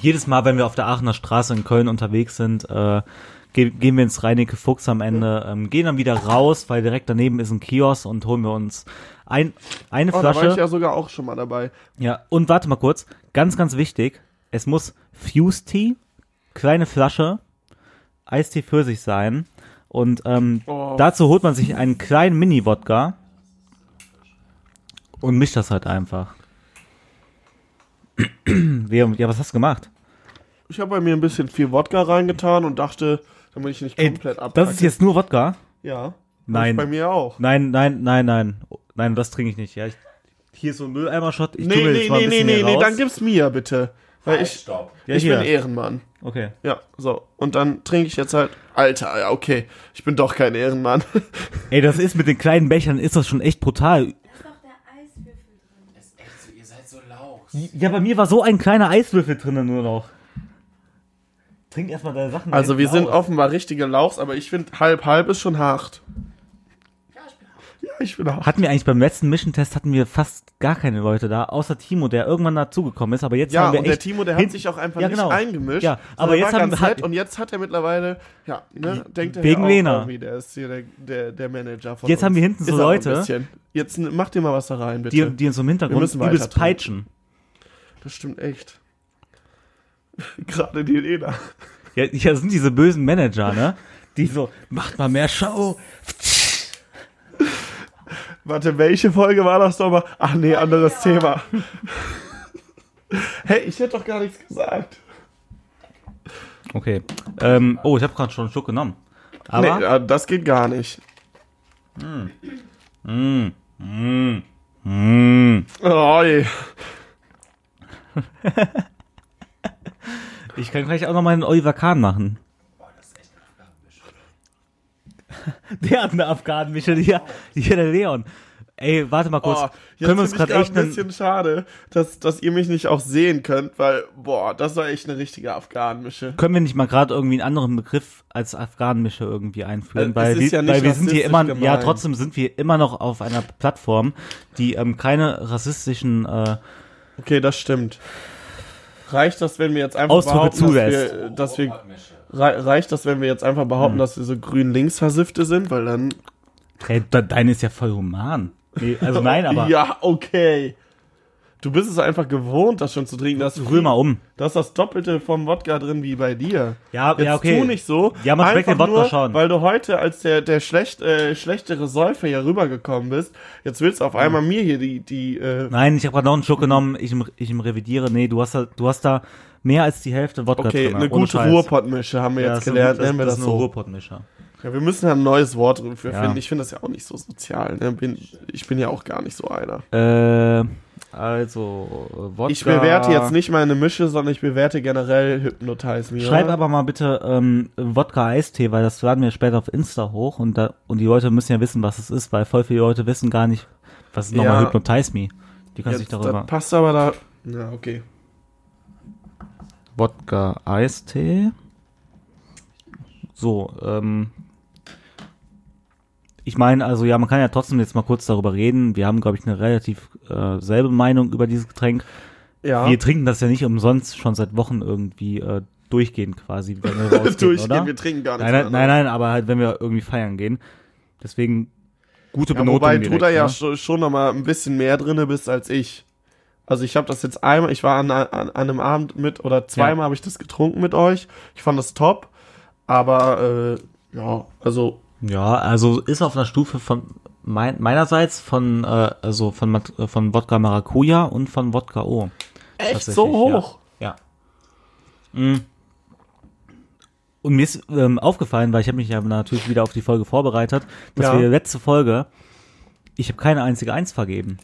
jedes Mal, wenn wir auf der Aachener Straße in Köln unterwegs sind, äh, ge gehen wir ins Reinecke Fuchs am Ende, ähm, gehen dann wieder raus, weil direkt daneben ist ein Kiosk und holen wir uns ein, eine
Oh, da war
Flasche.
ich ja sogar auch schon mal dabei.
Ja, und warte mal kurz. Ganz, ganz wichtig. Es muss Fuse Tea, kleine Flasche, Eistee für sich sein. Und ähm,
Oh.
dazu holt man sich einen kleinen Mini-Wodka und mischt das halt einfach. Leon, ja, was hast du gemacht?
Ich habe bei mir ein bisschen viel Wodka reingetan und dachte, damit ich nicht
Ey,
komplett ab.
das ist jetzt nur Wodka?
Ja.
Nein.
Ich Bei mir auch.
Nein, nein, nein, nein. Oh, Nein, das trinke ich nicht. Ja, ich, hier ist so ein Mülleimer-Shot. Ich tue
nee,
mir jetzt
nee,
mal ein
nee, nee,
bisschen
nee,
hier
nee,
raus.
dann gib's mir bitte. Weil
Halt,
ich,
stopp.
Ja,
ich bin
hier.
Ehrenmann.
Okay.
Ja, so. Und dann trinke ich jetzt halt. Alter, ja, okay. Ich bin doch kein Ehrenmann.
Ey, das ist mit den kleinen Bechern, ist das schon echt brutal.
Da ist doch der Eiswürfel drin.
Das ist echt so, ihr seid so lauch.
Ja, bei mir war so ein kleiner Eiswürfel drinnen nur noch. Trink erstmal deine Sachen.
Also wir
hinten
sind
aus.
offenbar richtige Lauchs, aber ich finde halb halb ist schon hart. Ja, ich bin hart.
Hatten wir eigentlich beim letzten Mission-Test hatten wir fast gar keine Leute da, außer Timo, der irgendwann dazugekommen ist, aber jetzt
Ja,
haben wir
und
echt
der Timo, der
hin-
hat sich auch einfach
Ja,
nicht
genau.
eingemischt.
Ja,
sondern
aber jetzt
war
haben-
ganz
hat-
nett und jetzt hat er mittlerweile, ja, ne, denkt er
Wegen
ja auch
Lena.
irgendwie, der ist hier der, der, der Manager von
Jetzt
uns.
haben wir hinten so
Ist er auch ein
Leute.
bisschen. Jetzt n- mach dir mal was da rein, bitte.
die, die uns im
Wir
Hintergrund
müssen weiter
übelst
trinken.
peitschen.
Das stimmt echt. Gerade die Lena.
Ja, ja, das sind diese bösen Manager, ne? Die so, macht mal mehr Show.
Warte, welche Folge war das nochmal? Ach nee, anderes Thema. hey, ich hätte doch gar nichts gesagt.
Okay. Ähm, oh, ich habe gerade schon einen Schluck genommen.
nee,
Aber Hm.
äh, das geht gar nicht.
mm,
Oh, ey.
ich kann gleich auch noch mal einen Oliver Kahn machen. Der hat eine Afghanen-Mischel hier. Hier der Leon. Ey, warte mal kurz.
Oh, jetzt
Können wir
finde
uns
ich
gerade
gerade
echt
ein
einen-
bisschen schade, dass, dass ihr mich nicht auch sehen könnt, weil, boah, das war echt eine richtige afghanische.
Können wir nicht mal gerade irgendwie einen anderen Begriff als Afghanenmische irgendwie einführen?
Äh,
weil
es
wir,
ist ja nicht
weil wir sind hier
rassistisch
immer, ja,
gemeint.
trotzdem sind wir immer noch auf einer Plattform, die ähm, keine rassistischen äh,
Okay, das stimmt. Reicht das, wenn wir jetzt einfach
Ausdrücke
behaupten,
zulässt. Hm.
dass wir, äh, dass wir
Mische.
rei- reicht das, wenn wir jetzt einfach behaupten, dass wir so grün links versiffte sind, weil dann
Hey, de deine ist ja voll human. Nee, also nein, aber
ja, okay. Du bist es einfach gewohnt, das schon zu trinken. Das
rühr mal um.
Da ist das Doppelte vom Wodka drin wie bei dir.
Ja,
Jetzt
ja, okay.
tu nicht so.
Ja, man schmeckt
Einfach
den Wodka
nur,
schon.
Weil du heute als der, der schlecht, äh, schlechtere Säufer hier rübergekommen bist. Jetzt willst du auf einmal mir hier die, die äh,
Nein, ich habe gerade noch einen Schluck genommen, ich, im- ich im revidiere. Nee, du hast da, du hast da mehr als die Hälfte Wodka
Okay,
drin.
eine
ohne
gute
Scheiß.
Ruhrpottmische haben wir
Ja,
jetzt
das ist
gelernt.
ein-
Nennen wir das,
ist eine
so.
Ruhrpottmischer.
Ja, wir müssen ja ein neues Wort dafür
Ja.
finden. Ich finde das ja auch nicht so sozial. Ne? Bin, ich bin ja auch gar nicht so einer.
Äh, also, äh, Wodka.
Ich bewerte jetzt nicht meine Mische, sondern ich bewerte generell Hypnotize Me.
Schreib
oder?
aber mal bitte ähm, Wodka-Eistee, weil das laden wir später auf Insta hoch und, da, und die Leute müssen ja wissen, was es ist, weil voll viele Leute wissen gar nicht, was ist nochmal
Ja.
Hypnotize Me. Die können sich
Jetzt,
darüber.
das passt aber da. Na, okay.
Wodka-Eistee. So, ähm. Ich meine, also ja, man kann ja trotzdem jetzt mal kurz darüber reden. Wir haben, glaube ich, eine relativ äh, selbe Meinung über dieses Getränk.
Ja.
Wir trinken das ja nicht umsonst schon seit Wochen irgendwie äh, durchgehend quasi, wenn wir rausgehen,
Durchgehen,
oder?
wir trinken gar nichts
Nein, nein,
mehr, ne?
nein, nein, aber halt, wenn wir irgendwie feiern gehen. Deswegen gute
Ja,
Benotung
wobei du
direkt,
da ja
ne?
scho- schon noch mal ein bisschen mehr drinne bist als ich. Also ich habe das jetzt einmal, ich war an, an, an einem Abend mit oder zweimal habe ich das getrunken mit euch. Ich fand das top, aber äh, ja, also
Ja, also ist auf einer Stufe von mein, meinerseits von äh, also von Mat- äh, von Wodka Maracuja und von Wodka O.
echt
Tatsächlich,
so hoch.
Ja. ja. Mm. Und mir ist ähm, aufgefallen, weil ich habe mich ja natürlich wieder auf die Folge vorbereitet, dass
Ja.
wir letzte Folge ich habe keine einzige Eins vergeben.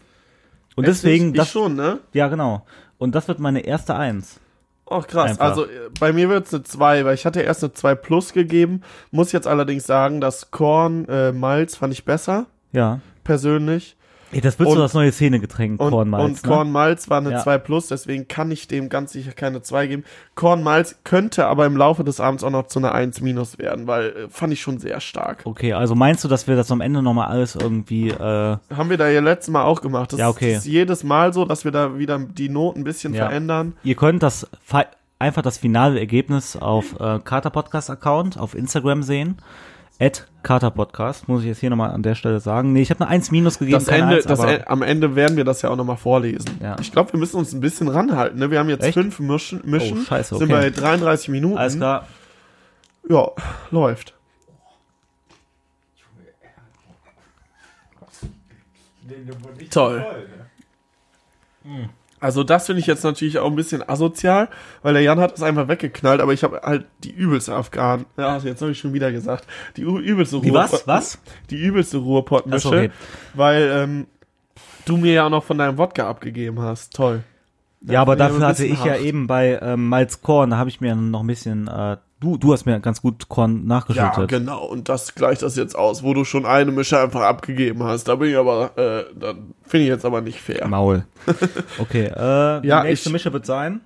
Und
Echt
deswegen
nicht? ich
das
schon, ne?
ja genau. Und das wird meine erste Eins.
Oh krass,
Einfach.
also äh, bei mir wird's eine 2, weil ich hatte erst eine 2 plus gegeben, muss jetzt allerdings sagen, das Korn äh, Malz fand ich besser
Ja.
persönlich
Ey, das wird so
Und-
das neue Szenegetränk
und
Kornmalz.
und Korn
ne?
Malz war eine
Ja.
2 plus, deswegen kann ich dem ganz sicher keine 2 geben. Korn Malz könnte aber im Laufe des Abends auch noch zu einer 1 minus werden, weil äh, fand ich schon sehr stark.
Okay, also meinst du, dass wir das am Ende noch mal alles irgendwie äh,
Haben wir da ja letztes Mal auch gemacht. Das
Ja, okay.
ist jedes Mal so, dass wir da wieder die Noten ein bisschen
Ja.
verändern.
Ihr könnt das fi- einfach das finale Ergebnis auf äh, Kater Podcast Account auf Instagram sehen. At Kater Podcast, muss ich jetzt hier nochmal an der Stelle sagen. Nee, ich habe eine 1 minus gegeben.
Das
keine
Ende,
Eins,
das
aber
E- am Ende werden wir das ja auch nochmal vorlesen.
Ja.
Ich glaube, wir müssen uns ein bisschen ranhalten. Ne? Wir haben jetzt
Echt?
fünf Mischen, Mischen
Oh, scheiße,
sind
okay.
bei 33 Minuten.
Alles klar.
Ja, läuft.
Den, den wurde nicht
Toll.
Voll, ne?
Also das finde ich jetzt natürlich auch ein bisschen asozial, weil der Jan hat es einfach weggeknallt, aber ich habe halt die übelste Afghan. Ja, also jetzt habe ich schon wieder gesagt. Die ü- übelste
Die was? Was?
Die übelste
Ach
Ruhrpottmische,
so, okay.
weil ähm, du mir ja auch noch von deinem Wodka abgegeben hast. Toll.
Ja, aber
Ja, aber
dafür
ein
hatte
bisschen
ich ja
hart.
eben bei ähm, Malz Korn, da habe ich mir noch ein bisschen, äh, du, du hast mir ganz gut Korn nachgeschüttet.
Ja, genau. Und das gleicht das jetzt aus, wo du schon eine Mische einfach abgegeben hast. Da bin ich aber, äh, da finde ich jetzt aber nicht fair.
Maul. Okay, äh, die
Ja,
nächste
ich-
Mische wird sein.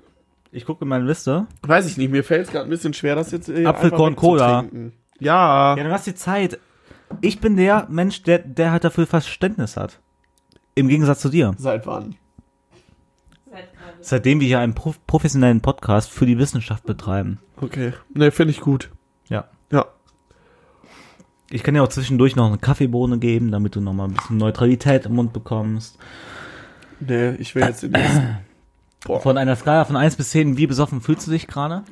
Ich gucke in meine Liste.
Weiß ich nicht, mir fällt es gerade ein bisschen schwer, das jetzt. äh,
Apfelkorn
einfach
Cola.
wegzutrinken. Ja.
Ja, du hast die Zeit. Ich bin der Mensch, der, der halt dafür Verständnis hat. Im Gegensatz zu dir.
Seit wann?
Seit gerade.
Seitdem wir hier einen prof professionellen Podcast für die Wissenschaft betreiben.
Okay. Ne, finde ich gut.
Ja.
Ja.
Ich kann dir auch zwischendurch noch eine Kaffeebohne geben, damit du nochmal ein bisschen Neutralität im Mund bekommst.
Ne, ich will jetzt den nächsten. Boah.
Von einer Skala von 1 bis 10, wie besoffen fühlst du dich gerade?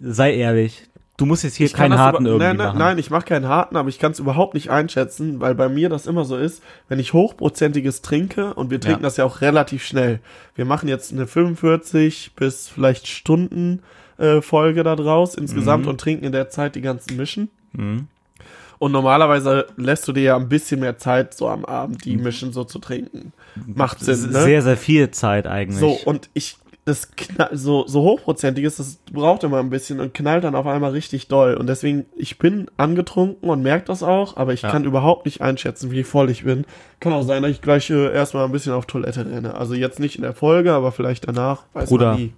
Sei ehrlich. Du musst jetzt hier
kann
keinen
das
harten
über-
irgendwie
nein, nein,
machen.
nein, ich mache keinen harten, aber ich kann es überhaupt nicht einschätzen, weil bei mir das immer so ist, wenn ich hochprozentiges trinke und wir trinken das ja auch relativ schnell. Wir machen jetzt eine 45 bis vielleicht Stunden äh, Folge da draus insgesamt und trinken in der Zeit die ganzen Mischen.
Mhm.
Und normalerweise lässt du dir ja ein bisschen mehr Zeit, so am Abend die Mischen so zu trinken. Macht
Mhm. Das
Sinn,
ist
ne?
Sehr, sehr viel Zeit eigentlich.
So, und ich, das knall, so, so hochprozentiges, das braucht immer ein bisschen und knallt dann auf einmal richtig doll. Und deswegen, ich bin angetrunken und merke das auch, aber ich kann überhaupt nicht einschätzen, wie voll ich bin. Kann auch sein, dass ich gleich äh, erstmal ein bisschen auf Toilette renne. Also jetzt nicht in der Folge, aber vielleicht danach. Weiß
Bruder.
man nie.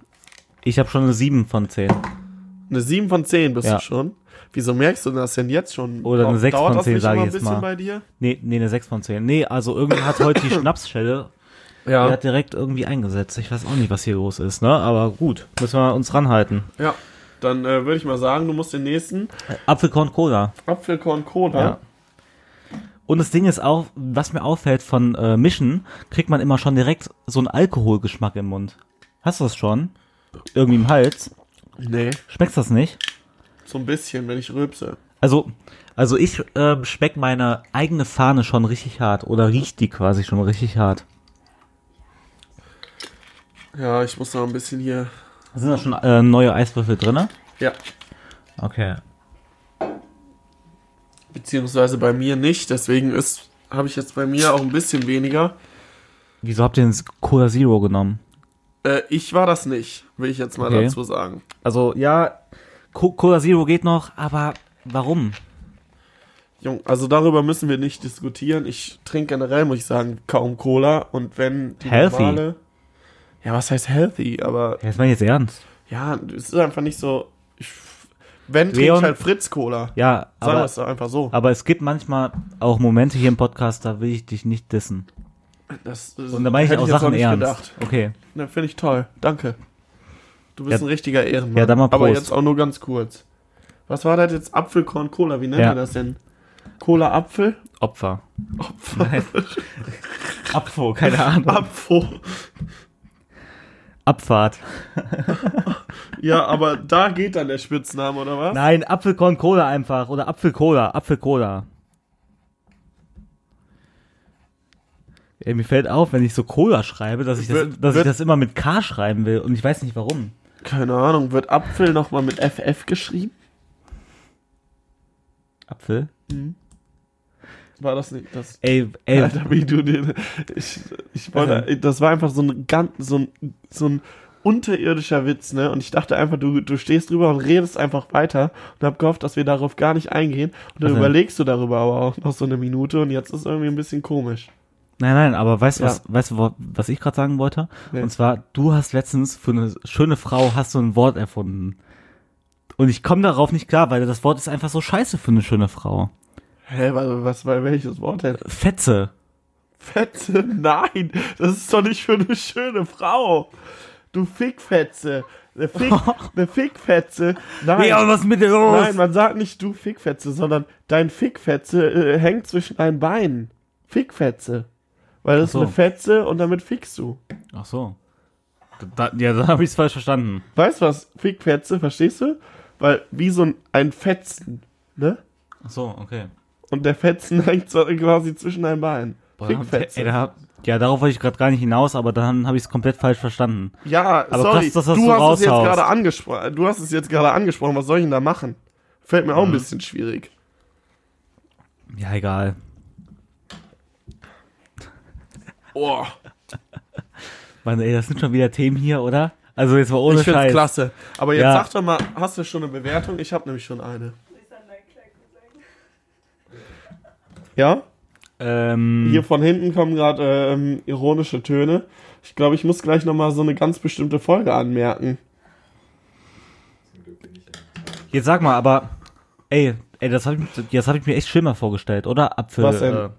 ich habe schon eine 7 von 10.
Eine 7 von 10 bist
Ja.
du schon. Wieso merkst du das denn jetzt schon?
Oder eine
Dauert
6 von
das
10,
nicht
sag
immer
ich
ein
jetzt
bisschen
mal.
bei dir?
Nee, nee, eine 6 von 10. Nee, also irgendwie hat heute die Schnapsschelle, die
Ja.
hat direkt irgendwie eingesetzt. Ich weiß auch nicht, was hier los ist, ne? Aber gut, müssen wir uns ranhalten. Äh,
ja. Dann äh, würde ich mal sagen, du musst den nächsten
Apfelkorn Cola.
Apfelkorn Cola.
Ja. Und das Ding ist auch, was mir auffällt von äh, Mischen, kriegt man immer schon direkt so einen Alkoholgeschmack im Mund. Hast du das schon? Irgendwie im Hals?
Nee,
Schmeckst das nicht?
so ein bisschen, wenn ich rülpse.
Also, also ich ähm, schmeck meine eigene Fahne schon richtig hart oder riecht die quasi schon richtig hart.
Ja, ich muss noch ein bisschen hier.
Sind da schon äh, neue Eiswürfel drinne?
Ja.
Okay.
Beziehungsweise bei mir nicht, deswegen ist habe ich jetzt bei mir auch ein bisschen weniger.
Wieso habt ihr denn Cola Zero genommen?
Äh, ich war das nicht, will ich jetzt mal
Okay.
dazu sagen.
Also ja, Co Cola Zero geht noch, aber warum?
Jung, also darüber müssen wir nicht diskutieren. Ich trinke generell, muss ich sagen, kaum Cola und wenn die
Healthy.
normale. Ja, was heißt healthy? Aber
Ja, das meine ich jetzt ernst.
ja, es ist einfach nicht so. Ich, wenn trinke
Leon-
ich halt Fritz Cola.
Ja,
Sagen wir
aber,
es doch einfach so.
aber es gibt manchmal auch Momente hier im Podcast, da will ich dich nicht dissen.
Das,
Und da meine ich
hätte
auch
jetzt
Sachen
nicht
ernst.
gedacht.
Okay.
Na, Ne, finde ich toll. Danke. Du bist
Ja.
ein richtiger Ehrenmann.
Ja, dann mal
Aber
Prost.
jetzt auch nur ganz kurz. Was war das jetzt? Apfelkorn Cola, wie nennt
Ja.
man das denn? Cola Apfel?
Opfer.
Opfer.
Abfuhr, keine Ahnung.
Apfel.
Abfahrt.
Ja, aber da geht dann der Spitzname, oder was?
Nein, Apfelkorn Cola einfach. Oder Apfelcola, Apfelcola. Ey, mir fällt auf, wenn ich so Cola schreibe, dass ich das,
Wird-
dass ich
wird-
das immer mit K schreiben will und ich weiß nicht warum.
Keine Ahnung, wird Apfel nochmal mit FF geschrieben?
Apfel?
War das nicht das?
Ey, ey,
Alter, wie du den. Ich, ich wollte. Das war einfach so ein ganz, so ein, so ein unterirdischer Witz, ne? Und ich dachte einfach, du, du stehst drüber und redest einfach weiter und hab gehofft, dass wir darauf gar nicht eingehen. Und dann
Also-
überlegst du darüber aber auch noch so eine Minute und jetzt ist irgendwie ein bisschen komisch.
Nein, nein, aber weißt du,
Ja.
was, weißt, du, wo- was ich gerade sagen wollte?
Nee.
Und zwar, du hast letztens für eine schöne Frau hast du ein Wort erfunden. Und ich komme darauf nicht klar, weil das Wort ist einfach so scheiße für eine schöne Frau.
Hä, was, was war welches Wort denn?
Fetze.
Fetze? Nein, das ist doch nicht für eine schöne Frau. Du Fickfetze. Eine, Fick, eine Fickfetze. Nein.
Leon, was ist mit dir los?
Nein, man sagt nicht du Fickfetze, sondern dein Fickfetze äh, hängt zwischen deinen Beinen. Fickfetze. Weil das
Ach so.
ist eine Fetze und damit fickst du.
Ach so. Da, ja, da habe ich es falsch verstanden.
Weißt du was? Fickfetze, verstehst du? Weil wie so ein, ein Fetzen, ne?
Ach so, okay.
Und der Fetzen hängt so quasi zwischen deinen Beinen.
Boah, da,
Fickfetze.
ey, da, ja, darauf wollte ich gerade gar nicht hinaus, aber dann habe ich es komplett falsch verstanden.
ja,
aber
sorry,
krass, dass das
du
so
hast es jetzt
raushaust.
gerade angesprochen. Du hast es jetzt gerade angesprochen, was soll ich denn da machen? Fällt mir auch
Mhm.
ein bisschen schwierig.
Ja, egal.
Oh,
Mann, ey, das sind schon wieder Themen hier, oder? Also jetzt mal ohne
ich find's
Scheiß.
klasse. Aber jetzt
Ja.
sag doch mal, hast du schon eine Bewertung? Ich habe nämlich schon eine.
Ist an dein Kleid gesagt.
Ja?
Ähm,
Hier von hinten kommen gerade ähm, ironische Töne. Ich glaube, ich muss gleich nochmal so eine ganz bestimmte Folge anmerken.
Jetzt sag mal, aber, ey, ey das habe ich, das hab ich mir echt schlimmer vorgestellt, oder? Apfel,
Was denn?
Äh,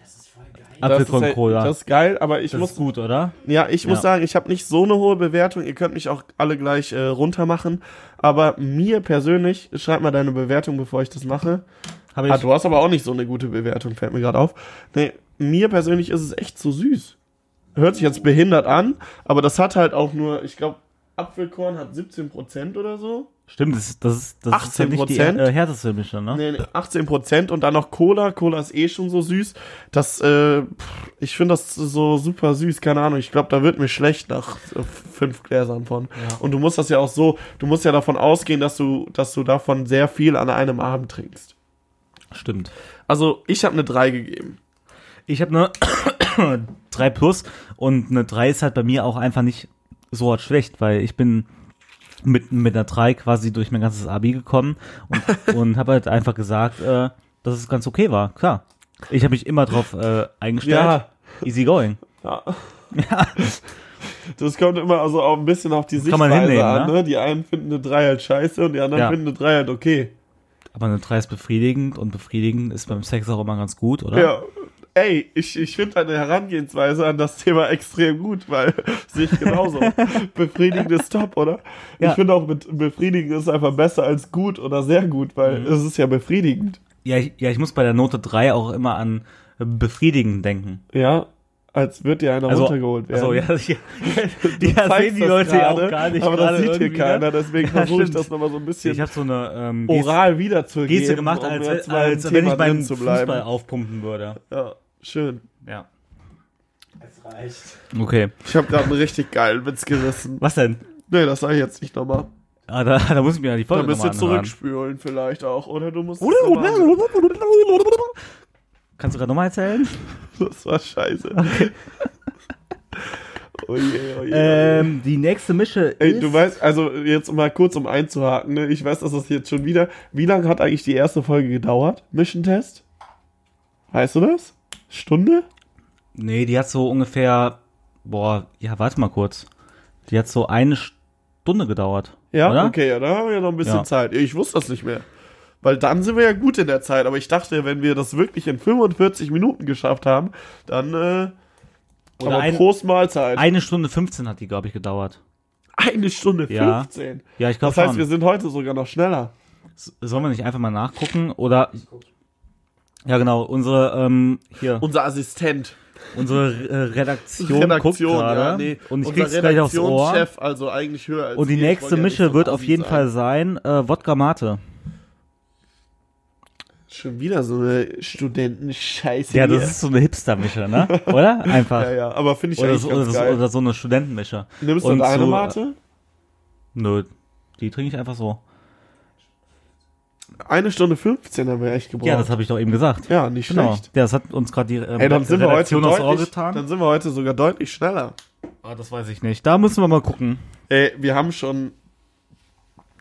Das ist voll geil.
Das ist, halt,
Apfelkorn-Cola.
das ist geil, aber ich
Das
muss
ist gut, oder?
Ja, ich muss
Ja.
sagen, ich habe nicht so eine hohe Bewertung. Ihr könnt mich auch alle gleich äh, runtermachen. Aber mir persönlich, schreib mal deine Bewertung, bevor ich das mache.
Habe
Ah,
ich,
du hast aber auch nicht so eine gute Bewertung, fällt mir gerade auf. Nee, mir persönlich ist es echt zu süß. Hört sich jetzt behindert an, aber das hat halt auch nur, ich glaube, Apfelkorn hat 17% oder so.
stimmt, das, das ist, das ist ja nicht die
18%?
äh, härteste Mischung, ne?
Nee, nee, 18% und dann noch Cola. Cola ist eh schon so süß. Das, äh, pff, ich finde das so super süß, keine Ahnung. Ich glaube, da wird mir schlecht nach äh, fünf Gläsern von. Und du musst das ja auch so, du musst ja davon ausgehen, dass du, dass du davon sehr viel an einem Abend trinkst.
Stimmt.
Also, ich habe eine 3 gegeben.
Ich habe eine 3 plus und eine 3 ist halt bei mir auch einfach nicht so hart schlecht, weil ich bin mit, mit einer 3 quasi durch mein ganzes Abi gekommen und, und habe halt einfach gesagt, äh, dass es ganz okay war, klar. Ich habe mich immer drauf äh, eingestellt.
Ja.
Easy going.
Ja. Das kommt immer also auch ein bisschen auf die
Kann man
Sichtweise
hinnehmen,
an.
ne?
Ne? Die einen finden eine 3 halt scheiße und die anderen
Ja.
finden eine 3 halt okay.
Aber eine 3 ist befriedigend und befriedigend ist beim Sex auch immer ganz gut, oder?
Ja, ey, ich, ich finde deine Herangehensweise an das Thema extrem gut, weil sehe ich genauso. Befriedigend ist top, oder?
Ja.
Ich finde auch, mit befriedigend ist einfach besser als gut oder sehr gut, weil
Mhm.
es ist ja befriedigend.
Ja, ich, ja, ich muss bei der Note 3 auch immer an befriedigend denken.
Ja, als wird dir einer runtergeholt werden.
Also, ja, ja, die
Du
ja,
zeigst
sehen die
das
Leute ja auch
gerade,
gar nicht.
Aber das
gerade
sieht hier
irgendwie, ne?
keiner, deswegen
Ja,
versuche ich
stimmt.
das nochmal so ein bisschen
Ich habe so eine ähm, Geste,
oral wiederzugeben.
Geste gemacht,
um
als,
jetzt
als,
mal im
wenn
Thema
ich
drin
meinen
zu bleiben.
Fußball aufpumpen würde.
Ja, schön.
Ja.
Es reicht.
Okay.
Ich habe gerade einen richtig geilen Witz gerissen.
Was denn?
Nee, das sage ich jetzt nicht nochmal.
Ah, da, da muss ich mir ja die
Da
Folge
müsst
nochmal
ihr
anhören.
zurückspülen vielleicht auch, oder du musst... es nochmal anhören.
Kannst du gerade nochmal erzählen?
Das war scheiße. Okay. Oh je, oh je.
Ähm, die nächste Mische
Ey,
ist...
du weißt, also jetzt mal kurz um einzuhaken, ne? ich weiß, dass das jetzt schon wieder. Wie lange hat eigentlich die erste Folge gedauert? Mission Test? Weißt du das? Stunde?
Nee, die hat so ungefähr... Boah, ja, warte mal kurz. Die hat so eine Stunde gedauert.
Ja,
oder?
okay, ja, da haben wir noch ein bisschen
Ja.
Zeit. Ich wusste das nicht mehr. Weil dann sind wir ja gut in der Zeit, aber ich dachte, wenn wir das wirklich in 45 Minuten geschafft haben, dann. Äh,
Oder
aber
ein-
Prost Mahlzeit.
Eine Stunde 15 hat die, glaube ich, gedauert.
eine Stunde
Ja.
15.
Ja, ich glaube
Das
schon.
heißt, wir sind heute sogar noch schneller.
S- Sollen wir nicht einfach mal nachgucken? Oder. Ja, genau, unsere, ähm, hier,
Unser Assistent.
unsere äh, Redaktion, guckt
Redaktion,
gerade.
ja, nee.
Und ich
Unser
krieg's gleich aufs Ohr.
Redaktionschef, also eigentlich höher als
Und die
wir. Ich
nächste
wollte ja nicht
Mische
so
wird
ein
auf
Assi
jeden
sein.
Fall sein, äh, Wodka Mate.
Schon wieder so eine Studentenscheiße.
Ja,
hier.
das ist so eine Hipster-Mische, ne? Oder? Einfach.
Ja, ja, aber finde ich
Oder,
eigentlich
so, oder,
ganz
so,
geil.
oder so eine Studentenmische.
Nimmst du
Und
deine
so,
Mate?
Nö, die trinke ich einfach so.
Eine Stunde 15 haben wir echt gebraucht.
Ja, das habe ich doch eben gesagt.
Ja, nicht
genau.
schlecht.
Ja, das hat uns gerade die ähm,
Ey, dann sind, wir heute
Redaktion aufs Ohr
deutlich,
getan.
dann sind wir heute sogar deutlich schneller.
Ah, das weiß ich nicht. Da müssen wir mal gucken.
Ey, wir haben schon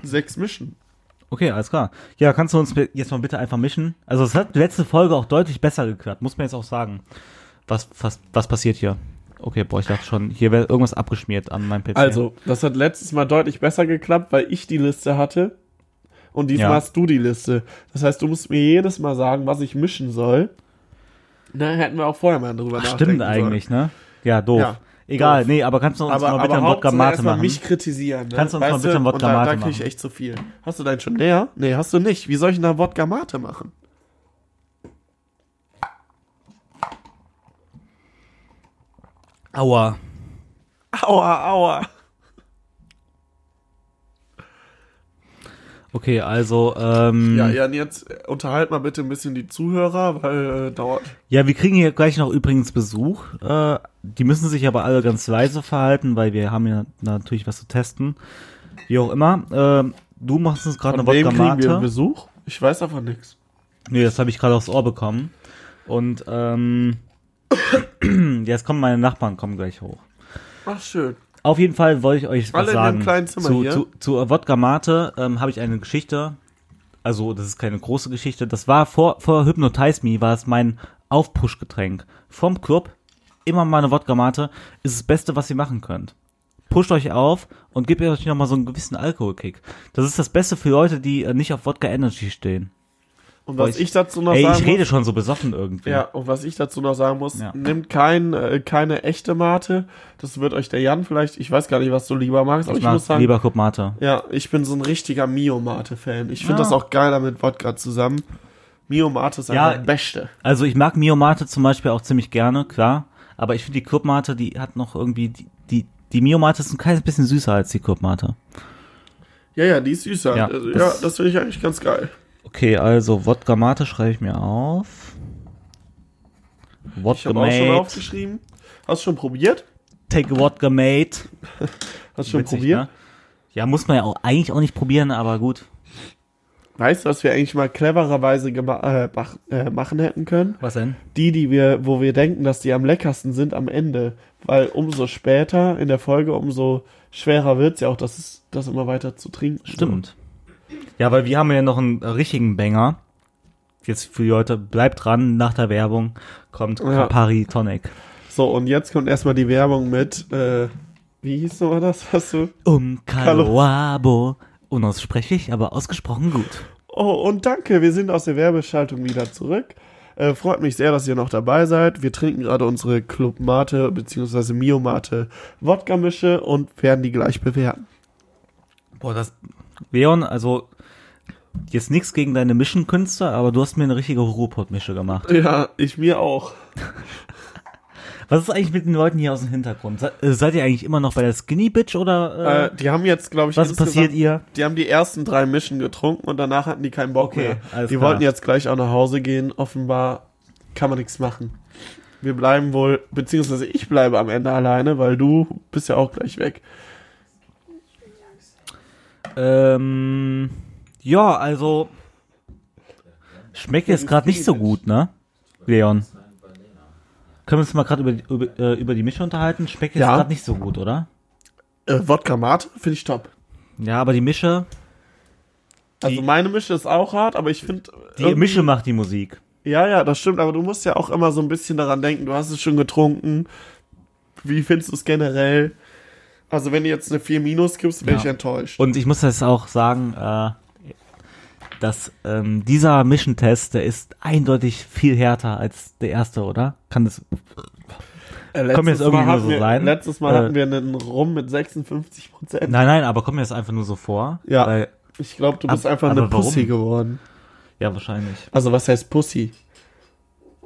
sechs Mischen.
Okay, alles klar. Ja, kannst du uns bi- jetzt mal bitte einfach mischen? Also es hat die letzte Folge auch deutlich besser geklappt, muss man jetzt auch sagen. Was, was, was passiert hier? Okay, boah, ich dachte schon, hier wäre irgendwas abgeschmiert an meinem PC.
Also, das hat letztes Mal deutlich besser geklappt, weil ich die Liste hatte. Und diesmal
Ja.
hast du die Liste. Das heißt, du musst mir jedes Mal sagen, was ich mischen soll. Na, hätten wir auch vorher mal drüber
Ach,
nachdenken
stimmt eigentlich, ne? Ja, doof.
Ja,
Egal,
doof.
nee, aber kannst du uns
Sollen. Aber,
mal
aber
bitte einen Wodka
Hauptsache
Mate
erstmal
machen?
mich kritisieren. Ne?
Kannst du uns mal
Weißt
bitte einen
Und
Wodka
da,
Mate
da krieg ich
machen?
echt zu viel. Hast du deinen schon leer? Nee, hast du nicht. Wie soll ich denn da Wodka Mate machen?
Aua.
Aua, aua.
Okay, also, ähm,
Ja,
ja,
Jan, jetzt äh, unterhalt mal bitte ein bisschen die Zuhörer, weil äh, dauert.
wir kriegen hier gleich noch übrigens Besuch. Äh, die müssen sich aber alle ganz leise verhalten, weil wir haben ja natürlich was zu testen. Wie auch immer. Ähm, du machst uns gerade eine Wodka Mate.
Besuch? Ich weiß davon nichts.
Nee, das habe ich gerade aufs Ohr bekommen. Und ähm, jetzt kommen meine Nachbarn kommen gleich hoch.
Ach, schön.
Auf jeden Fall wollte ich euch was
Alle in dem
sagen.
kleinen Zimmer
zu,
hier?
zu, zu Wodka Mate ähm, habe ich eine Geschichte. Also, das ist keine große Geschichte. Das war vor, vor Hypnotize Me, war es mein Aufpushgetränk vom Club. immer mal eine Wodka-Mate, ist das Beste, was ihr machen könnt. Pusht euch auf und gebt euch nochmal so einen gewissen Alkoholkick. Das ist das Beste für Leute, die äh, nicht auf Wodka Energy stehen.
Und
Boah,
was
ich-
ich dazu noch
Ey,
sagen
ich rede
muss,
schon so besoffen irgendwie.
ja, und was ich dazu noch sagen muss,
Ja.
nimmt kein, äh, keine echte Mate. Das wird euch der Jan vielleicht, ich weiß gar nicht, was du lieber magst, aber
ich
ich,
mag
muss sagen,
lieber Club Mate.
ja, ich bin so ein richtiger Mio-Mate-Fan. Ich finde
Ah.
das auch geiler mit Wodka zusammen. Mio-Mate ist einfach
Ja,
das Beste.
Also ich mag Mio Mate zum Beispiel auch ziemlich gerne, klar. Aber ich finde die Club Mate, die hat noch irgendwie, die, die, die Mio Mate ist ein kleines bisschen süßer als die Club Mate.
Ja, ja, die ist süßer. Ja,
Ja,
also,
das-
ja das finde ich eigentlich ganz geil.
Okay, also Wodka Mate schreibe ich mir auf.
Ich
Wodka
habe auch schon
Mate.
aufgeschrieben. Hast du schon probiert?
Take a Wodka Mate.
Hast du schon
Witzig,
probiert?
ne? Ja, muss man ja auch eigentlich auch nicht probieren, aber gut.
Weißt du, was wir eigentlich mal clevererweise gema- äh, mach äh, machen hätten können?
Was denn?
Die, die wir, wo wir denken, dass die am leckersten sind, am Ende. Weil umso später in der Folge, umso schwerer wird's ja auch, das, ist, das immer weiter zu trinken.
Stimmt. Ja, weil wir haben ja noch einen richtigen Banger. Jetzt für die Leute, bleibt dran, nach der Werbung kommt
Ja.
Campari Tonic.
So, und jetzt kommt erstmal die Werbung mit, äh, wie hieß nochmal das, was du?
Um Kalawabo. Unaussprechlich, aber ausgesprochen gut.
Oh, und danke, wir sind aus der Werbeschaltung wieder zurück. Äh, freut mich sehr, dass ihr noch dabei seid. Wir trinken gerade unsere Club Mate bzw. Mio Mate Wodka-Mische und werden die gleich bewerten.
Boah, das. Leon, also jetzt nichts gegen deine Mischenkünste, aber du hast mir eine richtige Ruhrpott-Mische gemacht.
Ja, ich mir auch.
Was ist eigentlich mit den Leuten hier aus dem Hintergrund? Se äh, seid ihr eigentlich immer noch bei der Skinny Bitch oder äh,
Äh, die haben jetzt, glaube ich,
was
insgesamt-
passiert ihr?
Die haben die ersten drei Mischen getrunken und danach hatten die keinen Bock
Okay,
mehr.
alles
Die
klar.
wollten jetzt gleich auch nach Hause gehen. Offenbar kann man nichts machen. Wir bleiben wohl, beziehungsweise ich bleibe am Ende alleine, weil du bist ja auch gleich weg.
Ähm, ja, also schmeckt jetzt gerade nicht so gut, ne? Leon. Können wir uns mal gerade über, die- über, äh, über die Mische unterhalten? Schmeckt jetzt
Ja.
gerade nicht so gut, oder?
Äh, Wodka Mate finde ich top.
Ja, aber die Mische,
Also meine Mische ist auch hart, aber ich finde. äh,
die Mische macht die Musik.
Ja, ja, das stimmt, aber du musst ja auch immer so ein bisschen daran denken, du hast es schon getrunken. Wie findest du es generell? Also, wenn du jetzt eine 4 Minus gibst, wäre
Ja.
ich enttäuscht.
Und ich muss das auch sagen, äh, dass ähm, dieser Mission-Test, der ist eindeutig viel härter als der erste, oder? Kann das?
äh,
komm,
letztes
jetzt irgendwie
Mal
nur
hatten
so
wir,
sein.
Letztes Mal
Äh,
hatten wir einen Rum mit 56 Prozent.
Nein, nein, aber kommt mir das einfach nur so vor.
Ja.
Weil,
Ich glaube, du bist
Ab-
einfach eine
aber warum?
Pussy geworden.
ja, wahrscheinlich.
Also, was heißt Pussy?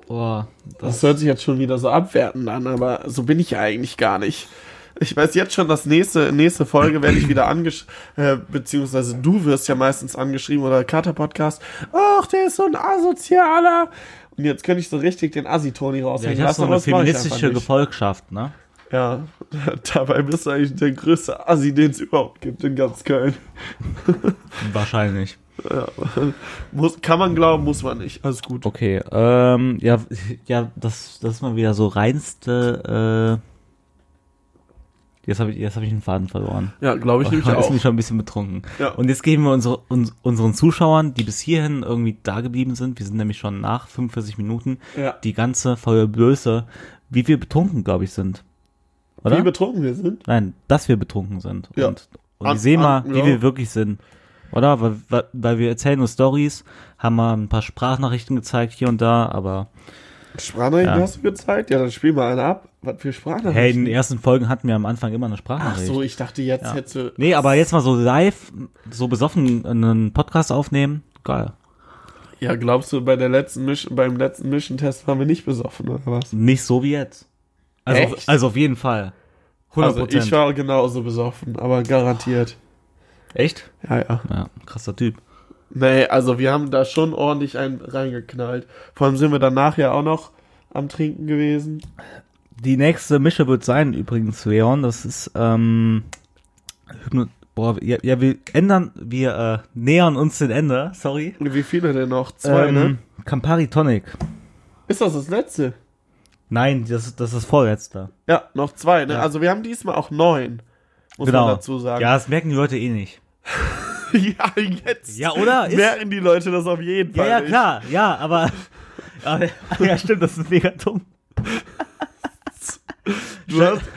Boah, das,
Das hört sich jetzt schon wieder so abwertend an, aber so bin ich ja eigentlich gar nicht. Ich weiß jetzt schon, dass nächste, nächste Folge werde ich wieder angeschrieben, äh, beziehungsweise du wirst ja meistens angeschrieben oder Kater Podcast. Ach, der ist so ein Asozialer. Und jetzt könnte ich so richtig den Assi-Toni
ja,
raushängen
ich habe so
aber
eine
das mach ich einfach
feministische
nicht.
Gefolgschaft, ne?
Ja, dabei bist du eigentlich der größte Assi, den es überhaupt gibt in ganz Köln.
Wahrscheinlich.
Muss, kann man glauben, muss man nicht. Alles gut.
Okay, ähm, ja, ja, das, das ist mal wieder so reinste. Äh, jetzt habe ich, jetzt habe ich einen Faden verloren.
Ja, glaube ich nämlich
Man ist
auch.
mich schon ein bisschen betrunken.
Ja.
Und jetzt geben wir unsere, uns, unseren Zuschauern, die bis hierhin irgendwie da geblieben sind, wir sind nämlich schon nach 45 Minuten,
Ja.
die ganze volle Blöße, wie wir betrunken, glaube ich, sind. Oder?
Wie betrunken wir sind.
Nein, dass wir betrunken sind.
Ja.
Und, und
An-
die sehen mal,
an-
wie
ja.
wir wirklich sind. Oder? Weil, weil, weil wir erzählen nur Stories, haben mal ein paar Sprachnachrichten gezeigt hier und da, aber
Sprachnachrichten
Ja.
hast du gezeigt? Ja, dann spiel mal eine ab. Was für Sprachnachrichten?
hey, in den ersten Folgen hatten wir am Anfang immer eine
Ach
Sprachnachricht.
so, ich dachte, jetzt
Ja.
hättest du.
Nee, aber jetzt mal so live, so besoffen einen Podcast aufnehmen, geil.
Ja, glaubst du, bei der letzten Mission, beim letzten Mission-Test waren wir nicht besoffen, oder was?
Nicht so wie jetzt. Also, auf,
Echt?
also auf jeden Fall. 100%.
Also ich war genauso besoffen, aber garantiert.
Echt?
Ja, ja.
Ja, krasser Typ.
Nee, also wir haben da schon ordentlich einen reingeknallt. Vor allem sind wir danach ja auch noch am Trinken gewesen.
Die nächste Mische wird sein übrigens, Leon. Das ist, ähm, Hypno Boah, ja, ja, wir ändern, wir äh, nähern uns dem Ende, sorry.
Wie viele denn noch? Zwei,
ähm,
ne?
Campari Tonic.
Ist das das letzte?
Nein, das, ist- das ist das vorletzte.
Ja, noch zwei, ne?
Ja. Genau.
Also wir haben diesmal auch neun. Muss man dazu sagen.
Ja, das merken die Leute eh nicht.
ja jetzt.
Ja, oder? Ist,
Merken die Leute das auf jeden
ja,
Fall.
ja,
nicht.
klar, ja, aber. aber ja, stimmt, das ist mega dumm.
Du hast,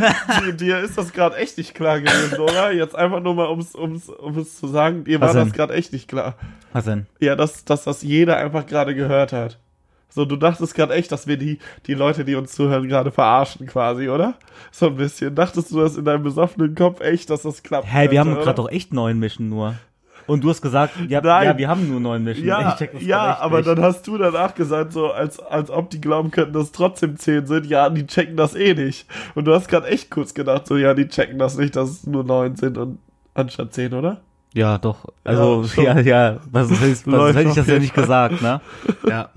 dir, dir ist das gerade echt nicht klar gewesen, oder? Jetzt einfach nur mal, um's, um's, um es zu sagen, dir war
Was
das
denn?
gerade echt nicht klar.
Was denn?
Ja, dass, dass das jeder einfach gerade gehört hat. So, du dachtest gerade echt, dass wir die, die Leute, die uns zuhören, gerade verarschen quasi, oder? So ein bisschen. Dachtest du das in deinem besoffenen Kopf echt, dass das klappt?
Hä, wir haben
oder?
gerade doch echt neun Mischen nur. Und du hast gesagt, ja,
Nein.
ja wir haben nur neun Mischen.
Ja,
Ich check das grad
ja
echt
aber
nicht.
dann hast du danach gesagt, so als, als ob die glauben könnten, dass es trotzdem 10 sind. Ja, die checken das eh nicht. Und du hast gerade echt kurz gedacht, so, ja, die checken das nicht, dass es nur 9 sind und anstatt 10, oder?
Ja, doch. Also,
Ja, schon.
ja, ja, was, ist, was
Läuft
hätte ich
auf
das ja
jeden
nicht gesagt, ne? Ja.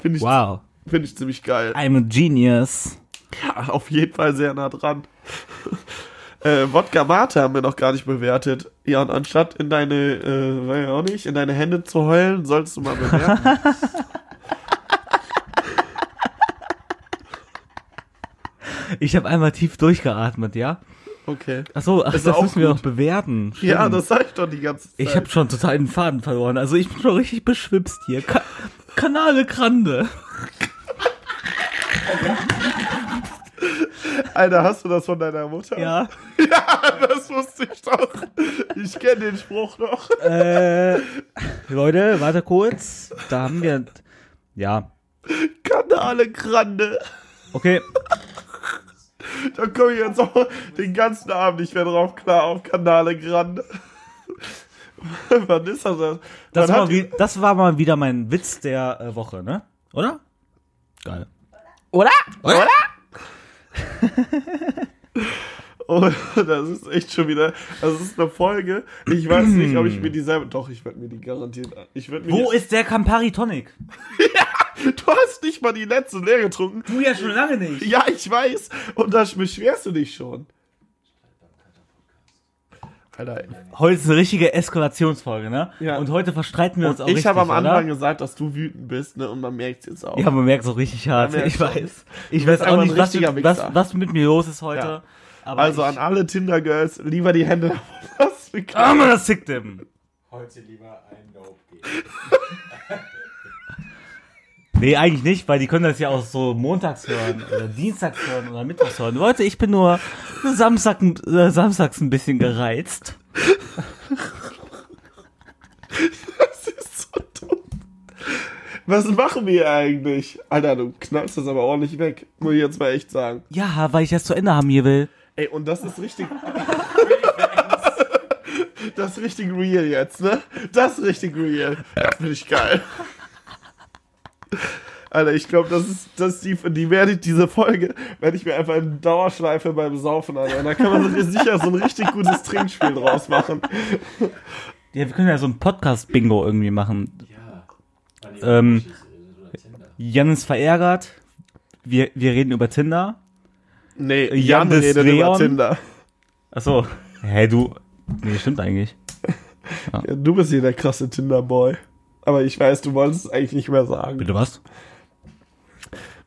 Finde ich,
Wow.
find ich ziemlich geil.
I'm a genius.
Ja, auf jeden Fall sehr nah dran. äh, Wodka Mate haben wir noch gar nicht bewertet. Ja, und anstatt in deine, äh, weiß ich auch nicht, in deine Hände zu heulen, sollst du mal bewerten.
Ich habe einmal tief durchgeatmet, ja?
Okay.
Ach so, ach,
Ist
das
auch
müssen wir
gut.
noch bewerten. Stimmt.
Ja, das sag ich doch die ganze Zeit.
ich habe schon total den Faden verloren. Also ich bin schon richtig beschwipst hier. Ka Kanale Grande.
Alter, hast du das von deiner Mutter?
Ja.
Ja, das wusste ich doch. Ich kenne den Spruch noch.
äh, Leute, warte kurz. Da haben wir. Ja.
Kanale Grande.
Okay.
Da komme ich jetzt auch den ganzen Abend nicht mehr drauf klar auf Kanale Grande. Wann ist das? denn?
Das
Wann
war,
hat
wie, das war mal wieder mein Witz der äh, Woche, ne? Oder? Geil. Oder? Oder?
Oh, das ist echt schon wieder. Das ist eine Folge. Ich weiß nicht, ob ich mir die selber. Doch, ich werde mir die garantiert. an- Ich werd mir
Wo
die,
ist der Campari Tonic?
Du hast nicht mal die letzte leer getrunken.
Du ja schon lange nicht.
Ja, ich weiß. Und da beschwerst du dich schon. Alter,
Heute ist eine richtige Eskalationsfolge, ne?
Ja.
Und heute verstreiten wir uns auch
ich
richtig,
habe am Anfang
oder?
gesagt, dass du wütend bist, ne? Und man merkt es jetzt auch.
Ja, man merkt es auch richtig hart.
Man merkt's
Ich
schon.
weiß.
bist
Ich weiß
einfach
auch
ein
nicht, was,
richtiger
mit- was,
Wichser.
was mit mir los ist heute.
Ja.
Aber
also
ich,
an alle Tinder-Girls, lieber die Hände davon lassen.
Ah, Mann, das tickt dem.
Heute lieber ein Nope geben.
Nee, eigentlich nicht, weil die können das ja auch so montags hören oder dienstags hören oder mittwochs hören. Leute, ich bin nur Samstag, äh, samstags ein bisschen gereizt.
Das ist so dumm. Was machen wir eigentlich? Alter, du knallst das aber ordentlich weg. Muss ich jetzt mal echt sagen.
Ja, weil ich das zu Ende haben hier will.
Ey, und das ist richtig. das ist richtig real jetzt, ne? Das ist richtig real. Das finde ich geil. Alter, ich glaube, das ist, das ist die, die werde ich, diese Folge, werde ich mir einfach in Dauerschleife beim Saufen anhören. Da kann man sich sicher so ein richtig gutes Trinkspiel draus machen.
Ja, wir können ja so ein Podcast-Bingo irgendwie machen.
Ja. Wann ihr
Ähm.
Matches redet oder Tinder.
Jan ist verärgert. Wir, wir reden über Tinder.
Nee,
Jan
Jan
des
redet über
Leon.
Tinder.
Achso. Hä, du. Nee, stimmt eigentlich.
Ja, du bist hier der krasse Tinder-Boy. Aber ich weiß, du wolltest es eigentlich nicht mehr sagen.
Bitte was?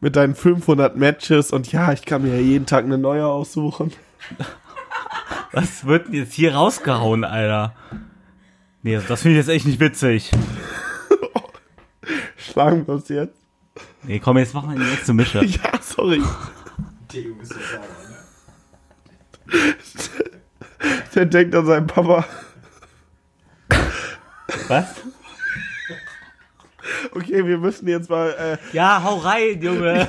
mit deinen 500 Matches und ja, ich kann mir ja jeden Tag eine neue aussuchen.
Was wird denn jetzt hier rausgehauen, Alter? Nee, also das finde ich jetzt echt nicht witzig.
Schlagen wir uns jetzt.
Nee, komm, jetzt machen wir die nächste Mische.
Ja, sorry.
Theo bist du sauer, ne?
Der denkt an seinen Papa.
Was?
Okay, wir müssen jetzt mal. Äh,
Ja, hau rein, Junge.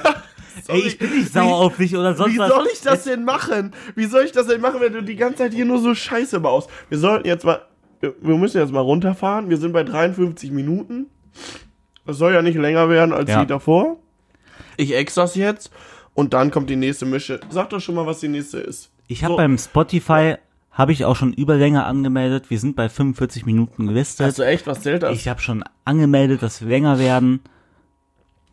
sorry.
Ey, ich bin nicht sauer auf dich oder sonst
Wie
was.
soll ich das denn machen? Wie soll ich das denn machen, wenn du die ganze Zeit hier nur so Scheiße baust? Wir sollten jetzt mal. Wir müssen jetzt mal runterfahren. Wir sind bei 53 Minuten. Das soll ja nicht länger werden als
Ja.
die davor. Ich ex das jetzt. Und dann kommt die nächste Mische. Sag doch schon mal, was die nächste ist.
Ich habe
So.
beim Spotify, habe ich auch schon Überlänge angemeldet. Wir sind bei 45 Minuten gelistet.
Hast du echt, was zählt das?
Ich habe schon angemeldet, dass wir länger werden.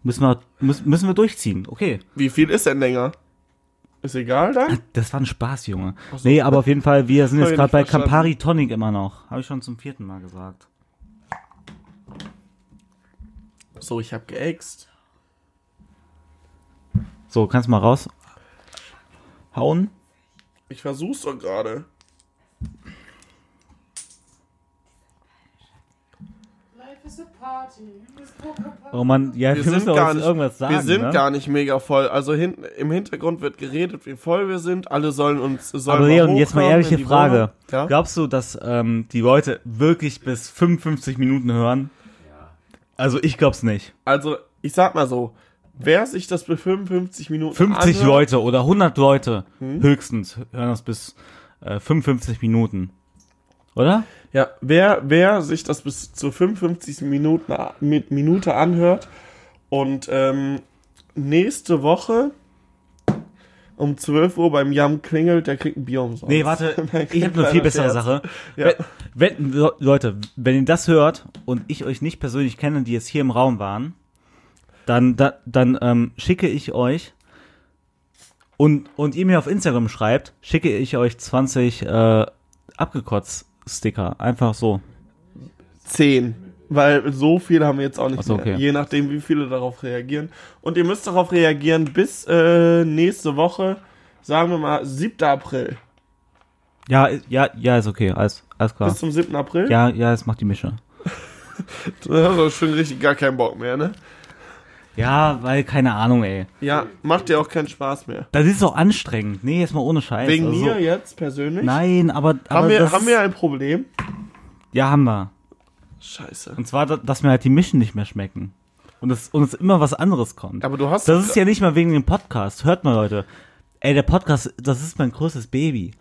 Müssen wir, müssen, müssen wir durchziehen. Okay.
Wie viel ist denn länger? Ist egal dann?
Das war ein Spaß, Junge. Nee, aber auf jeden Fall, wir sind
Hab
jetzt
ich
gerade
nicht
bei
verstanden.
Campari Tonic immer noch. Habe ich schon zum vierten Mal gesagt.
So, ich hab geäxt.
So, kannst du mal raus hauen?
Ich versuch's doch gerade.
Life
is a party. Miss Poker Party.
Oh Mann, ja, wir, müssen doch jetzt irgendwas sagen.
wir sind
ne?
gar nicht mega voll. Also hinten im Hintergrund wird geredet, wie voll wir sind. Alle sollen uns sollen
Aber
mal
Leon, jetzt mal
hochkommen in
ehrliche
die
Frage.
Wohnung. Ja?
Glaubst du, dass ähm, die Leute wirklich bis 55 Minuten hören?
Ja.
Also ich glaub's nicht.
Also, ich sag mal so, wer sich das für 55 Minuten
50
anhört,
Leute oder 100 Leute
Hm?
höchstens hören das bis äh, 55 Minuten. Oder?
Ja, wer, wer sich das bis zu 55 Minuten a- mit Minute anhört und ähm, nächste Woche um 12 Uhr beim Jam klingelt, der kriegt ein Bier umsonst.
Nee, warte, ich habe eine
kleiner
viel bessere
Scherz.
Sache.
Ja.
Wenn, wenn, Le- Leute, wenn ihr das hört und ich euch nicht persönlich kenne, die jetzt hier im Raum waren, dann, da, dann ähm, schicke ich euch und, und ihr mir auf Instagram schreibt, schicke ich euch 20 äh, Abgekotzt-Sticker. Einfach so.
10. Weil so viele haben wir jetzt auch nicht
Ach so,
mehr.
okay.
Je nachdem, wie viele darauf reagieren. Und ihr müsst darauf reagieren bis äh, nächste Woche, sagen wir mal 7. April.
Ja, i- ja, ja, ist okay, alles, alles klar.
Bis zum 7. April?
Ja, ja, es macht die Mische.
Da hast du schon richtig gar keinen Bock mehr, ne?
Ja, weil, keine Ahnung, ey.
Ja, macht dir auch keinen Spaß mehr.
Das ist so anstrengend. Nee, jetzt mal ohne Scheiß.
Wegen
also,
mir jetzt persönlich?
Nein, aber, aber
Haben wir,
das,
haben wir ein Problem?
ja, haben wir.
Scheiße.
Und zwar, da- dass mir halt die Mischen nicht mehr schmecken. Und es, und es immer was anderes kommt.
Aber du hast.
das ist ja nicht mal wegen dem Podcast. Hört mal, Leute. Ey, der Podcast, das ist mein größtes Baby.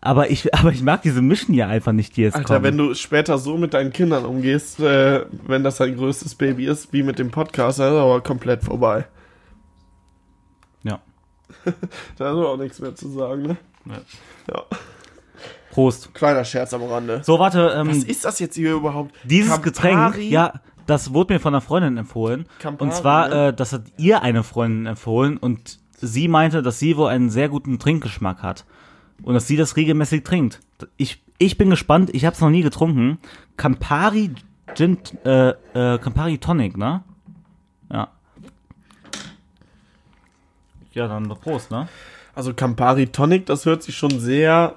Aber ich, aber ich mag diese Mischen ja einfach nicht, die jetzt
Alter,
kommen.
wenn du später so mit deinen Kindern umgehst, äh, wenn das dein größtes Baby ist, wie mit dem Podcast, dann ist aber komplett vorbei.
ja.
Da ist aber auch nichts mehr zu sagen, ne? Ja.
Prost.
Kleiner Scherz am Rande.
So, warte, ähm,
Was ist das jetzt hier überhaupt?
dieses Getränk,
Campari?
ja, das wurde mir von einer Freundin empfohlen.
Campari,
und zwar,
ne?
äh, das hat ihr eine Freundin empfohlen und sie meinte, dass sie wohl einen sehr guten Trinkgeschmack hat. Und dass sie das regelmäßig trinkt. Ich, ich bin gespannt, ich habe es noch nie getrunken. Campari Gin, äh, äh, Campari Tonic, ne? Ja. Ja, dann Prost, ne?
Also Campari Tonic, das hört sich schon sehr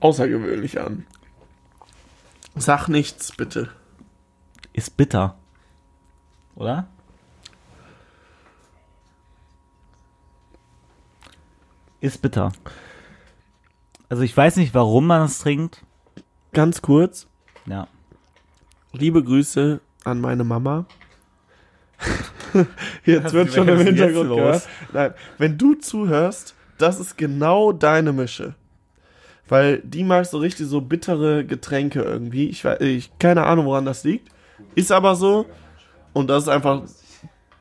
außergewöhnlich an. Sag nichts, bitte.
Ist bitter. Oder? Ist bitter. Also ich weiß nicht, warum man es trinkt.
Ganz kurz,
Ja.
liebe Grüße an meine Mama. Jetzt wird
Was
schon im
ist denn jetzt
Hintergrund
los?
gehört. Nein, wenn du zuhörst, das ist genau deine Mische. Weil die mag so richtig so bittere Getränke irgendwie. Ich weiß, ich, keine Ahnung, woran das liegt. Ist aber so. Und das ist einfach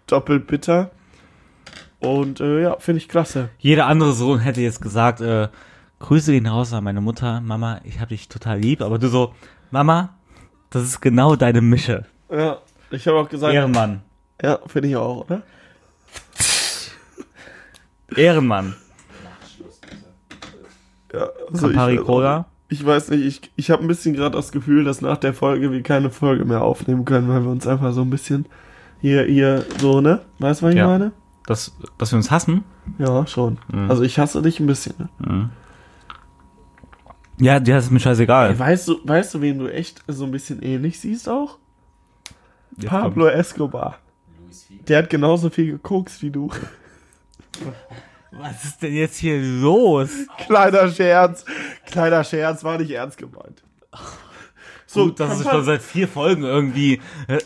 doppelt bitter. Und äh, ja, finde ich klasse.
Jeder andere Sohn hätte jetzt gesagt, äh, Grüße gehen raus an meine Mutter. Mama, ich hab dich total lieb. Aber du so, Mama, das ist genau deine Mische.
Ja, ich habe auch gesagt, ja,
Ehrenmann.
finde ich auch, oder?
Ehrenmann.
Ja, also
Campari
ich,
Cola.
Ich weiß nicht, ich, ich habe ein bisschen gerade das Gefühl, dass nach der Folge wir keine Folge mehr aufnehmen können, weil wir uns einfach so ein bisschen hier, hier, so, ne? Weißt du, was ich
Ja.
meine?
Dass, dass wir uns hassen.
Ja, schon.
Mhm.
Also ich hasse dich ein bisschen. Ne?
Ja, dir ist mir scheißegal.
Ey, Weißt du, weißt du, wem du echt so ein bisschen ähnlich siehst auch?
Jetzt
Pablo Escobar.
Luis Figo. Genau.
Der hat genauso viel gekokst wie du.
Was ist denn jetzt hier los?
Kleiner Scherz. Kleiner Scherz, war nicht ernst gemeint. So,
Gut, dass es
Kampa-
schon seit vier Folgen irgendwie äh,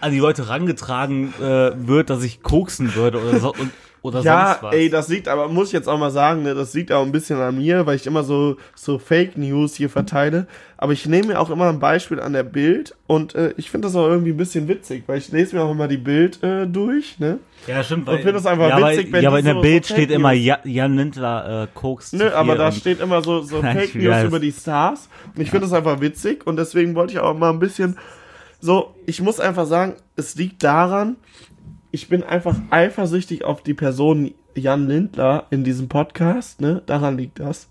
an die Leute rangetragen äh, wird, dass ich koksen würde oder, so, und, oder
Ja,
sonst was.
ey, das liegt aber, muss ich jetzt auch mal sagen, ne, das liegt auch ein bisschen an mir, weil ich immer so, so Fake News hier verteile. Aber ich nehme mir auch immer ein Beispiel an der Bild und äh, ich finde das auch irgendwie ein bisschen witzig, weil ich lese mir auch immer die Bild äh, durch, ne?
ja, stimmt.
Und finde es einfach
ja,
witzig, wenn
weil, Ja,
die
aber in der
so-
Bild
so
steht
Fake
immer
News-
ja, Jan Lindler äh, kokst
Nö,
zu
Ne, aber
viel
da
und-
steht immer so, so
Nein,
Fake
ich
News
weiß.
über die Stars und ich finde das einfach witzig und deswegen wollte ich auch mal ein bisschen so, ich muss einfach sagen, es liegt daran, ich bin einfach eifersüchtig auf die Person Jan Lindler in diesem Podcast, ne? Daran liegt das.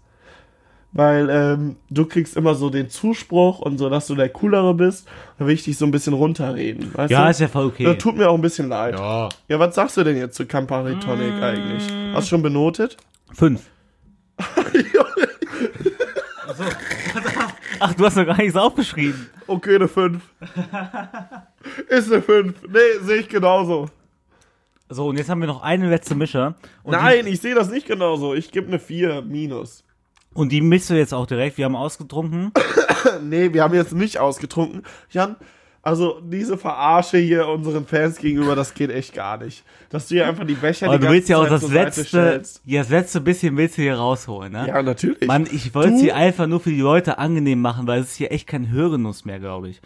Weil ähm, du kriegst immer so den Zuspruch und so, dass du der Coolere bist. Da will ich dich so ein bisschen runterreden. Weißt
Ja,
du?
ist ja voll okay.
Das tut mir auch ein bisschen leid. Ja. ja, was sagst du denn jetzt zu Campari Tonic
Mm.
eigentlich? Hast du schon benotet?
Fünf.
Junge,
Ach so. Ach, du hast noch gar nichts aufgeschrieben.
Okay, eine 5. Ist eine 5. Nee, sehe ich genauso.
So, und jetzt haben wir noch eine letzte Mische. Und
Nein, ich sehe das nicht genauso. Ich gebe eine 4 minus.
Die, und die misst du jetzt auch direkt. Wir haben ausgetrunken.
Nee, wir haben jetzt nicht ausgetrunken. Jan, also diese Verarsche hier unseren Fans gegenüber, das geht echt gar nicht. Dass du hier einfach die Becher
Aber
die
du willst ja auch
Zeit
das
zur Seite
letzte,
stellst.
ja, das letzte bisschen willst du hier rausholen, ne?
Ja, natürlich.
Mann, ich wollte
Du-
sie einfach nur für die Leute angenehm machen, weil es ist hier echt kein Hörgenuss mehr, glaube ich.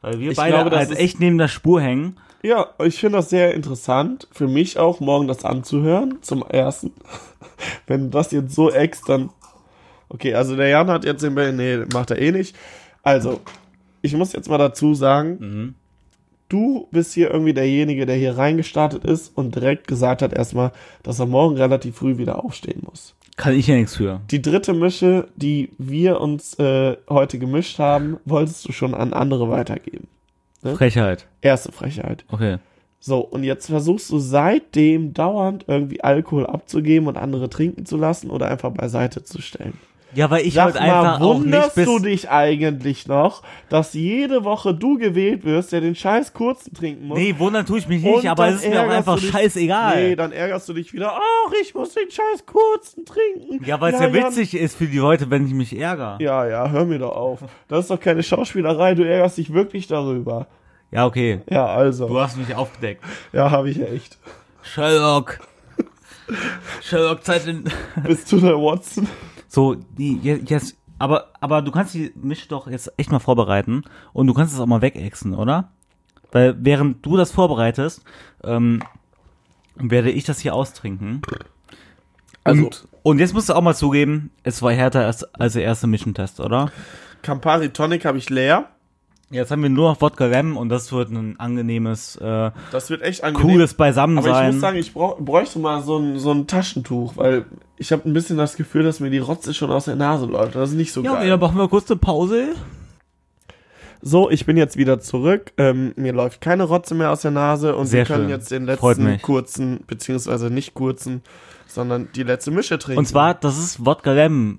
Weil wir
Ich
beide
glaube, das
halt
ist-
echt neben der Spur hängen.
Ja, ich finde das sehr interessant, für mich auch morgen das anzuhören, zum ersten. Wenn du das jetzt so ex, dann. Okay, also der Jan hat jetzt den. Be nee, macht er eh nicht. Also, ich muss jetzt mal dazu sagen, du bist hier irgendwie derjenige, der hier reingestartet ist und direkt gesagt hat erstmal, dass er morgen relativ früh wieder aufstehen muss.
Kann ich ja nichts für.
Die dritte Mische, die wir uns äh, heute gemischt haben, wolltest du schon an andere weitergeben.
Frechheit.
Erste Frechheit.
Okay.
So, und jetzt versuchst du seitdem dauernd irgendwie Alkohol abzugeben und andere trinken zu lassen oder einfach beiseite zu stellen.
Ja, weil ich
Sag
wollte
mal,
einfach auch nicht
wunderst
bis.
du dich eigentlich noch, dass jede Woche du gewählt wirst, der den scheiß kurzen trinken muss?
Nee, wundern tue ich mich
Und
nicht, aber
dann
es ist mir auch
ärgerst
einfach
du dich-
scheißegal.
Nee, dann ärgerst du dich wieder, ach, ich muss den scheiß kurzen trinken.
ja, weil es ja, witzig ist für die Leute, wenn ich mich ärgere. Ja,
Ja, ja, hör mir doch auf. Das ist doch keine Schauspielerei, du ärgerst dich wirklich darüber.
okay.
Ja, also.
Du hast mich aufgedeckt.
Ja, habe ich echt.
Sherlock. Sherlock Zeit in.
Bist du der Watson?
So, die, je- jetzt, aber, aber du kannst die Mische doch jetzt echt mal vorbereiten und du kannst es auch mal wegexen, oder? Weil während du das vorbereitest, ähm, werde ich das hier austrinken.
Also-
und, und jetzt musst du auch mal zugeben, es war härter als, als der erste Mission-Test, oder?
Campari Tonic habe ich leer.
Jetzt haben wir nur noch Wodka Lemon und das wird ein angenehmes, äh,
Das wird echt angenehm.
cooles
Aber
Beisammensein.
ich muss sagen, ich brauch, bräuchte mal so ein, so ein Taschentuch, weil ich habe ein bisschen das Gefühl, dass mir die Rotze schon aus der Nase läuft. Das ist nicht so
ja, okay,
geil.
dann machen wir kurz eine Pause.
so, ich bin jetzt wieder zurück. Ähm, mir läuft keine Rotze mehr aus der Nase und
Sehr
wir können
schön.
jetzt den
Freut
letzten
mich.
kurzen, beziehungsweise nicht kurzen, sondern die letzte Mische trinken.
Und zwar, das ist Wodka Lemon.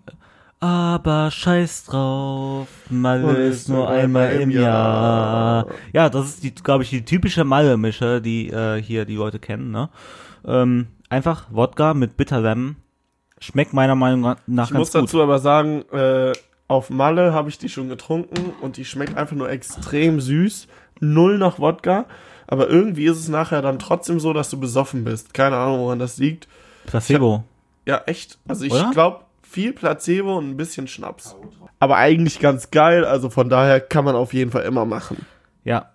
Aber scheiß drauf,
Und
Malle ist nur einmal im Jahr. Ja, das ist, die, glaube ich, die typische Malle-Mische, die äh, hier die Leute kennen. Ne? Ähm, einfach Wodka mit Bitter Lemon. Schmeckt meiner Meinung nach
ich muss
ganz gut.
dazu aber sagen, äh, auf Malle habe ich die schon getrunken und die schmeckt einfach nur extrem süß. Null nach Wodka. Aber irgendwie ist es nachher dann trotzdem so, dass du besoffen bist. Keine Ahnung, woran das liegt.
Placebo.
Ja, echt. Also ich
Oder?
glaube, viel Placebo und ein bisschen Schnaps. Aber eigentlich ganz geil, also von daher kann man auf jeden Fall immer machen.
Ja.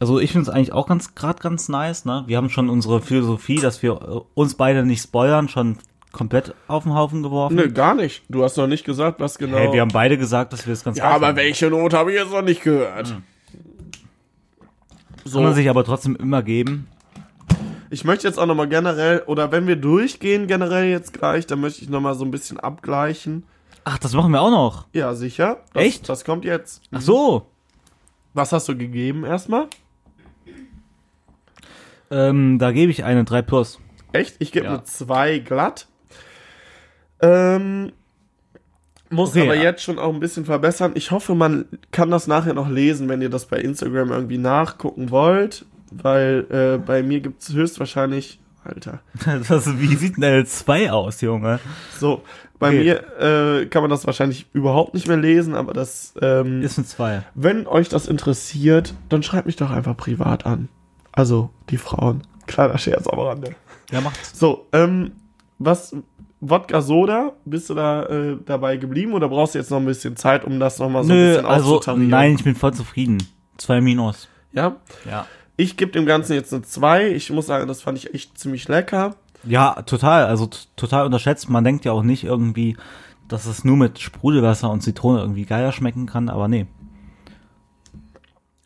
Also ich finde es eigentlich auch ganz gerade ganz nice. Ne? Wir haben schon unsere Philosophie, dass wir äh, uns beide nicht spoilern, schon komplett auf den Haufen geworfen.
Nö, gar nicht. Du hast noch nicht gesagt, was genau.
Hey, wir haben beide gesagt, dass wir das ganz
ja,
geil
aber
fanden.
welche Note habe ich jetzt noch nicht gehört?
Kann man sich aber trotzdem immer geben.
Ich möchte jetzt auch nochmal generell, oder wenn wir durchgehen generell jetzt gleich, dann möchte ich nochmal so ein bisschen abgleichen.
Ach, das machen wir auch noch.
Ja, sicher. Das,
Echt?
Das kommt jetzt.
Ach so.
Was hast du gegeben erstmal?
Ähm, da gebe ich eine 3 plus.
Echt? Ich gebe
Ja.
eine 2 glatt. Ähm, muss
Okay,
aber
ja.
jetzt schon auch ein bisschen verbessern. Ich hoffe, man kann das nachher noch lesen, wenn ihr das bei Instagram irgendwie nachgucken wollt. Weil äh, bei mir gibt es höchstwahrscheinlich. Alter.
Das, wie sieht denn eine 2 aus, Junge?
So, bei
Okay.
mir äh, kann man das wahrscheinlich überhaupt nicht mehr lesen, aber das. Ähm,
Ist eine 2.
wenn euch das interessiert, dann schreibt mich doch einfach privat an. Also, die Frauen. Kleiner Scherz am Rande.
Ja, macht's.
So, ähm, was, Wodka Soda, bist du da äh, dabei geblieben oder brauchst du jetzt noch ein bisschen Zeit, um das nochmal so ein
Nö,
bisschen
also,
auszutarieren?
nein, ich bin voll zufrieden. 2 minus.
Ja,
Ja.
ich gebe dem Ganzen jetzt eine 2. Ich muss sagen, das fand ich echt ziemlich lecker.
Ja, total. Also, t- total unterschätzt. Man denkt ja auch nicht irgendwie, dass es nur mit Sprudelwasser und Zitrone irgendwie geiler schmecken kann, aber nee.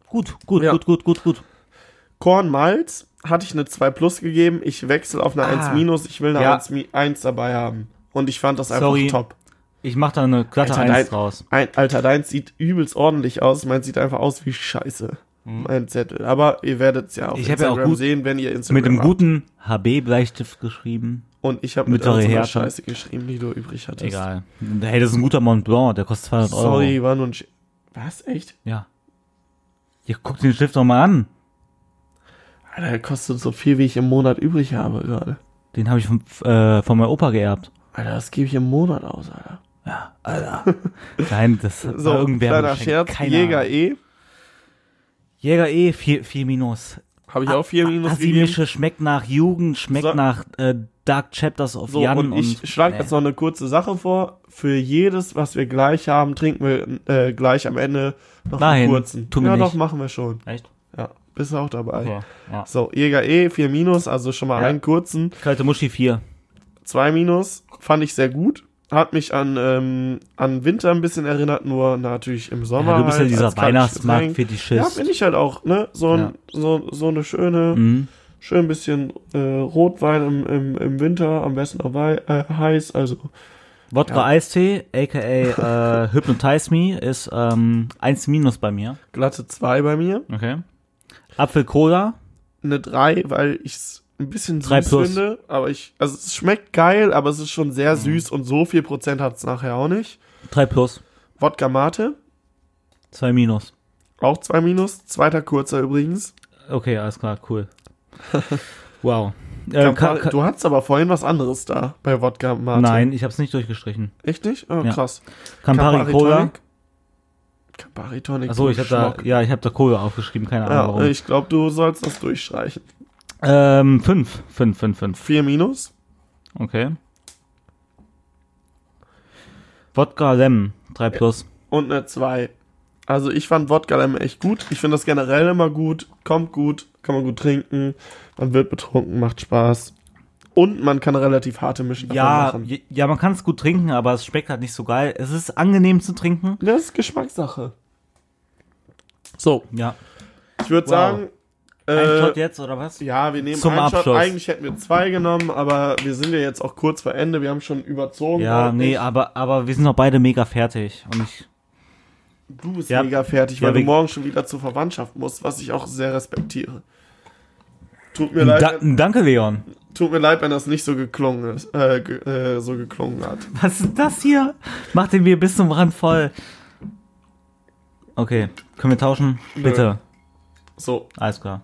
Gut, gut,
Ja.
gut, gut, gut, gut.
Kornmalz hatte ich eine 2 plus gegeben. Ich wechsle auf eine
Ah.
1 minus. Ich will eine
Ja.
1, mi- 1 dabei haben. Und ich fand das einfach
Sorry.
top.
Ich mach da eine glatte
Alter,
1
dein-
draus.
Ein, Alter, deins sieht übelst ordentlich aus. Meins sieht einfach aus wie Scheiße. Mein Zettel. Aber ihr werdet es ja auf
Mhm. Ich hab ja auch
Instagram
gut-
sehen, wenn ihr Instagram
Mit dem
habt.
guten HB-Bleistift geschrieben.
Und ich habe mit
Mittlere
irgendeiner
Härte.
Scheiße geschrieben, die du übrig hattest.
Egal. Hey, das ist ein guter Mont Blanc, der kostet 200 Euro.
Sorry, war nur ein Sch Was? Echt?
Ja. Ihr guckt den Stift doch mal an.
Alter, der kostet so viel, wie ich im Monat übrig habe gerade.
Den habe ich vom, äh, von meinem Opa geerbt.
Alter, das gebe ich im Monat aus, Alter.
Ja, Alter. Nein, das war
So,
irgendwer.
kleiner
geschenkt.
Scherz.
Keine
Jäger
Ahnung.
E.
Jäger E, 4, 4 minus.
Habe ich
Ah,
auch viel Minus gegeben.
Asimische schmeckt nach Jugend, schmeckt
So-
nach äh, Dark Chapters of
So,
Jan.
und ich schlage jetzt
nee.
noch eine kurze Sache vor. Für jedes, was wir gleich haben, trinken wir äh, gleich am Ende noch
Nein,
einen kurzen.
tun wir
ja,
nicht.
doch, machen wir schon.
Echt?
Ja, bist du auch dabei.
Okay. Ja.
So, Jäger E, 4 Minus, also schon mal
Ja.
einen kurzen.
Kalte Muschi 4.
2 Minus fand ich sehr gut. Hat mich an, ähm, an Winter ein bisschen erinnert, nur natürlich im Sommer.
Ja, du bist ja
halt
dieser
als kaltes Getränk. Ja,
Weihnachtsmarkt-Fetischist.
bin ich halt auch, ne? So, ein, so, so eine schöne,
mhm.
schön bisschen äh, Rotwein im, im, im Winter, am besten auch wei- äh, heiß, also
Wodka Eistee, aka äh, Hypnotize Me, ist ähm, 1 minus bei mir.
glatte 2 bei mir.
Okay. Apfel Cola,
Eine 3, weil ich es ein bisschen
Drei
süß
plus. Mhm.
finde, aber ich, also es schmeckt geil, aber es ist schon sehr süß und so viel Prozent hat es nachher auch nicht.
3 plus,
Wodka Mate,
2 minus.
auch 2 minus, zweiter kurzer übrigens.
Okay, alles klar, cool. wow. Äh, Ka-
Campari,
Ka-
du hattest aber vorhin was anderes da bei Wodka Mate.
Nein, ich hab's nicht durchgestrichen.
Echt nicht? Oh,
Ja.
krass.
Campari, Cola.
Tonic? Campari Tonic.
Achso, ich hab da,
Schmuck.
ja, ich hab da Cola aufgeschrieben, keine
Ja,
Ahnung warum.
ich glaube, du sollst das durchstreichen.
Ähm, 5, 5, 5, 5.
4 minus,
Okay. Wodka Lemon, 3 plus.
und eine 2. Also ich fand Wodka Lemon echt gut. Ich finde das generell immer gut. Kommt gut, kann man gut trinken. Man wird betrunken, macht Spaß. Und man kann relativ harte Mischen davon
Ja,
machen.
j- ja, man kann es gut trinken, aber es schmeckt halt nicht so geil. Es ist angenehm zu trinken.
Das ist Geschmackssache. So,
Ja.
ich würde
Wow.
sagen,
Ein Shot
äh,
jetzt oder was?
ja, wir nehmen
Zum
einen Shot.
Abschluss.
Eigentlich hätten wir zwei genommen, aber wir sind ja jetzt auch kurz vor Ende. Wir haben schon überzogen.
Ja,
Auch
nee,
nicht.
aber, aber wir sind noch beide mega fertig. Und ich,
du bist
ja.
mega fertig,
Ja,
weil du
wir-
morgen schon wieder zur Verwandtschaft musst, was ich auch sehr respektiere. Tut mir leid.
da, danke, Leon.
Tut mir leid, wenn das nicht so geklungen ist, äh, ge äh, so geklungen hat.
Was ist das hier? Mach den Bier bis zum Rand voll. Okay, können wir tauschen? Bitte.
So,
Alles klar.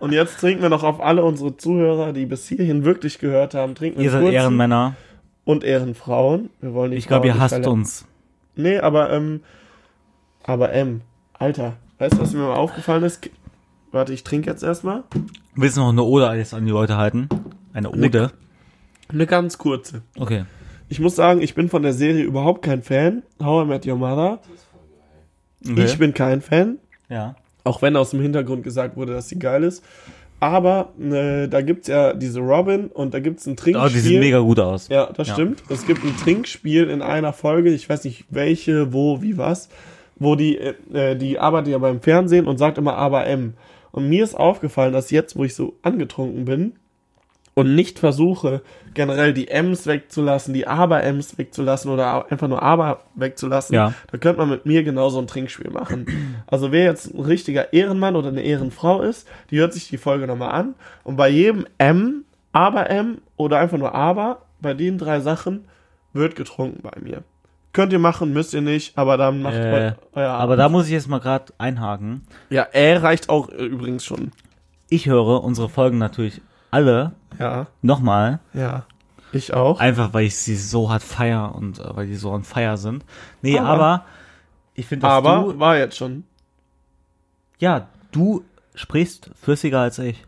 und jetzt trinken wir noch auf alle unsere Zuhörer, die bis hierhin wirklich gehört haben, trinken wir
Ihr seid
kurzen
Ehrenmänner.
und Ehrenfrauen. Wir wollen die
Ich glaube,
Frauen
ihr
nicht
hasst
verletzen.
uns.
Nee, aber ähm, aber M, Alter, weißt du, was mir mal aufgefallen ist? K- Warte, ich trinke jetzt erstmal
Willst du noch eine Ode alles an die Leute halten? Eine
Nee.
Ode?
eine ganz kurze.
Okay.
Ich muss sagen, ich bin von der Serie überhaupt kein Fan. How I Met Your Mother.
okay.
Ich bin kein Fan.
Ja.
Auch wenn aus dem Hintergrund gesagt wurde, dass sie geil ist. Aber äh, da gibt's ja diese Robin und da gibt's ein Trinkspiel.
Oh, die sehen mega gut aus.
ja, das
Ja.
stimmt. Es gibt ein Trinkspiel in einer Folge, ich weiß nicht welche, wo, wie, was, wo die, äh, die arbeitet ja beim Fernsehen und sagt immer aber M. Und mir ist aufgefallen, dass jetzt, wo ich so angetrunken bin und nicht versuche, generell die M's wegzulassen, die aber M's wegzulassen oder au- einfach nur aber wegzulassen,
Ja.
da könnte man mit mir genauso ein Trinkspiel machen. Also wer jetzt ein richtiger Ehrenmann oder eine Ehrenfrau ist, die hört sich die Folge nochmal an und bei jedem M, aber M oder einfach nur aber, bei den drei Sachen wird getrunken bei mir. Könnt ihr machen, müsst ihr nicht, aber dann macht
Äh,
eu- euer
Aber
Abend.
da muss ich jetzt mal gerade einhaken.
Ja, äh reicht auch äh, übrigens schon.
Ich höre unsere Folgen natürlich alle
Ja,
nochmal,
ja. Ich auch.
einfach weil ich sie so hart feier und äh, weil die so on fire sind. Nee,
Aber-
aber, ich finde, dass
Aber
du,
war jetzt schon.
ja, du sprichst flüssiger als ich.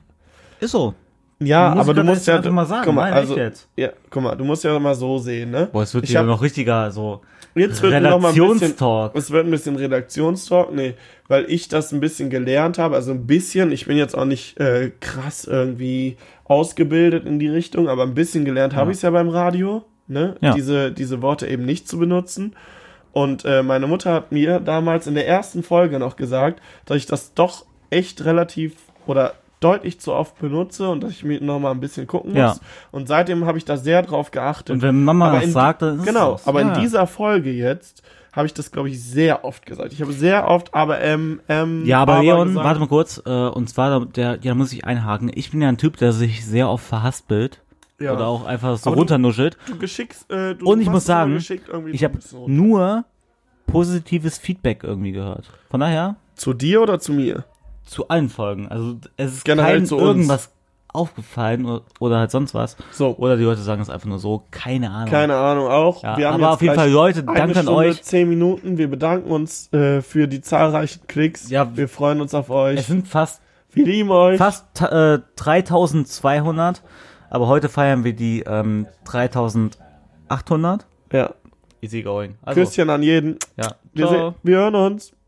Ist so.
Ja,
Muss ich
aber du
gerade
musst
jetzt
ja.
einfach mal sagen,
guck mal,
nein,
also,
echt jetzt.
Ja, guck mal, du musst ja mal so sehen, ne?
Boah, es wird
Ich
dir
hab-
noch richtiger, so.
Jetzt wird noch mal ein bisschen.
Redaktionstalk.
Es wird ein bisschen Redaktionstalk, nee, weil ich das ein bisschen gelernt habe, also ein bisschen, ich bin jetzt auch nicht äh, krass irgendwie ausgebildet in die Richtung, aber ein bisschen gelernt habe ich es ja beim Radio, ne?
Ja.
Diese, diese Worte eben nicht zu benutzen. Und äh, meine Mutter hat mir damals in der ersten Folge noch gesagt, dass ich das doch echt relativ oder deutlich zu oft benutze und dass ich mir noch mal ein bisschen gucken
Ja.
muss. Und seitdem habe ich da sehr drauf geachtet.
Und wenn Mama
Aber
das
in-
Ah, sagt, dann ist es
Genau,
so.
aber
Ja.
in dieser Folge jetzt habe ich das, glaube ich, sehr oft gesagt. Ich habe sehr oft, aber ähm, ähm.
Ja, aber, Leon,
gesagt.
warte mal kurz, äh, und zwar, der, ja, muss ich einhaken. Ich bin ja ein Typ, der sich sehr oft verhaspelt.
Ja.
Oder auch einfach so
Aber du-
runternuschelt.
Du geschickst, äh, du
Und ich
machst
muss
es immer
sagen,
geschickt irgendwie
Ich habe
so.
nur positives Feedback irgendwie gehört. Von daher,
Zu dir oder zu mir?
zu allen Folgen. Also es ist
Generell
keinem
zu uns.
irgendwas aufgefallen oder, oder halt sonst was.
So.
Oder die Leute sagen es einfach nur so, keine Ahnung.
Keine Ahnung, auch.
Ja,
wir haben
aber
jetzt
auf jeden
gleich
Fall, Leute,
eine
danke an
Stunde,
euch.
Zehn Minuten. Wir bedanken uns äh, für die zahlreichen Klicks.
Ja,
wir freuen uns auf euch.
es sind fast
Wir lieben euch.
fast äh, 3200, aber heute feiern wir die ähm, 3800.
Ja.
Easy going. Also,
Küsschen an jeden.
ja.
Wir,
Also Ciao.
se- wir hören uns.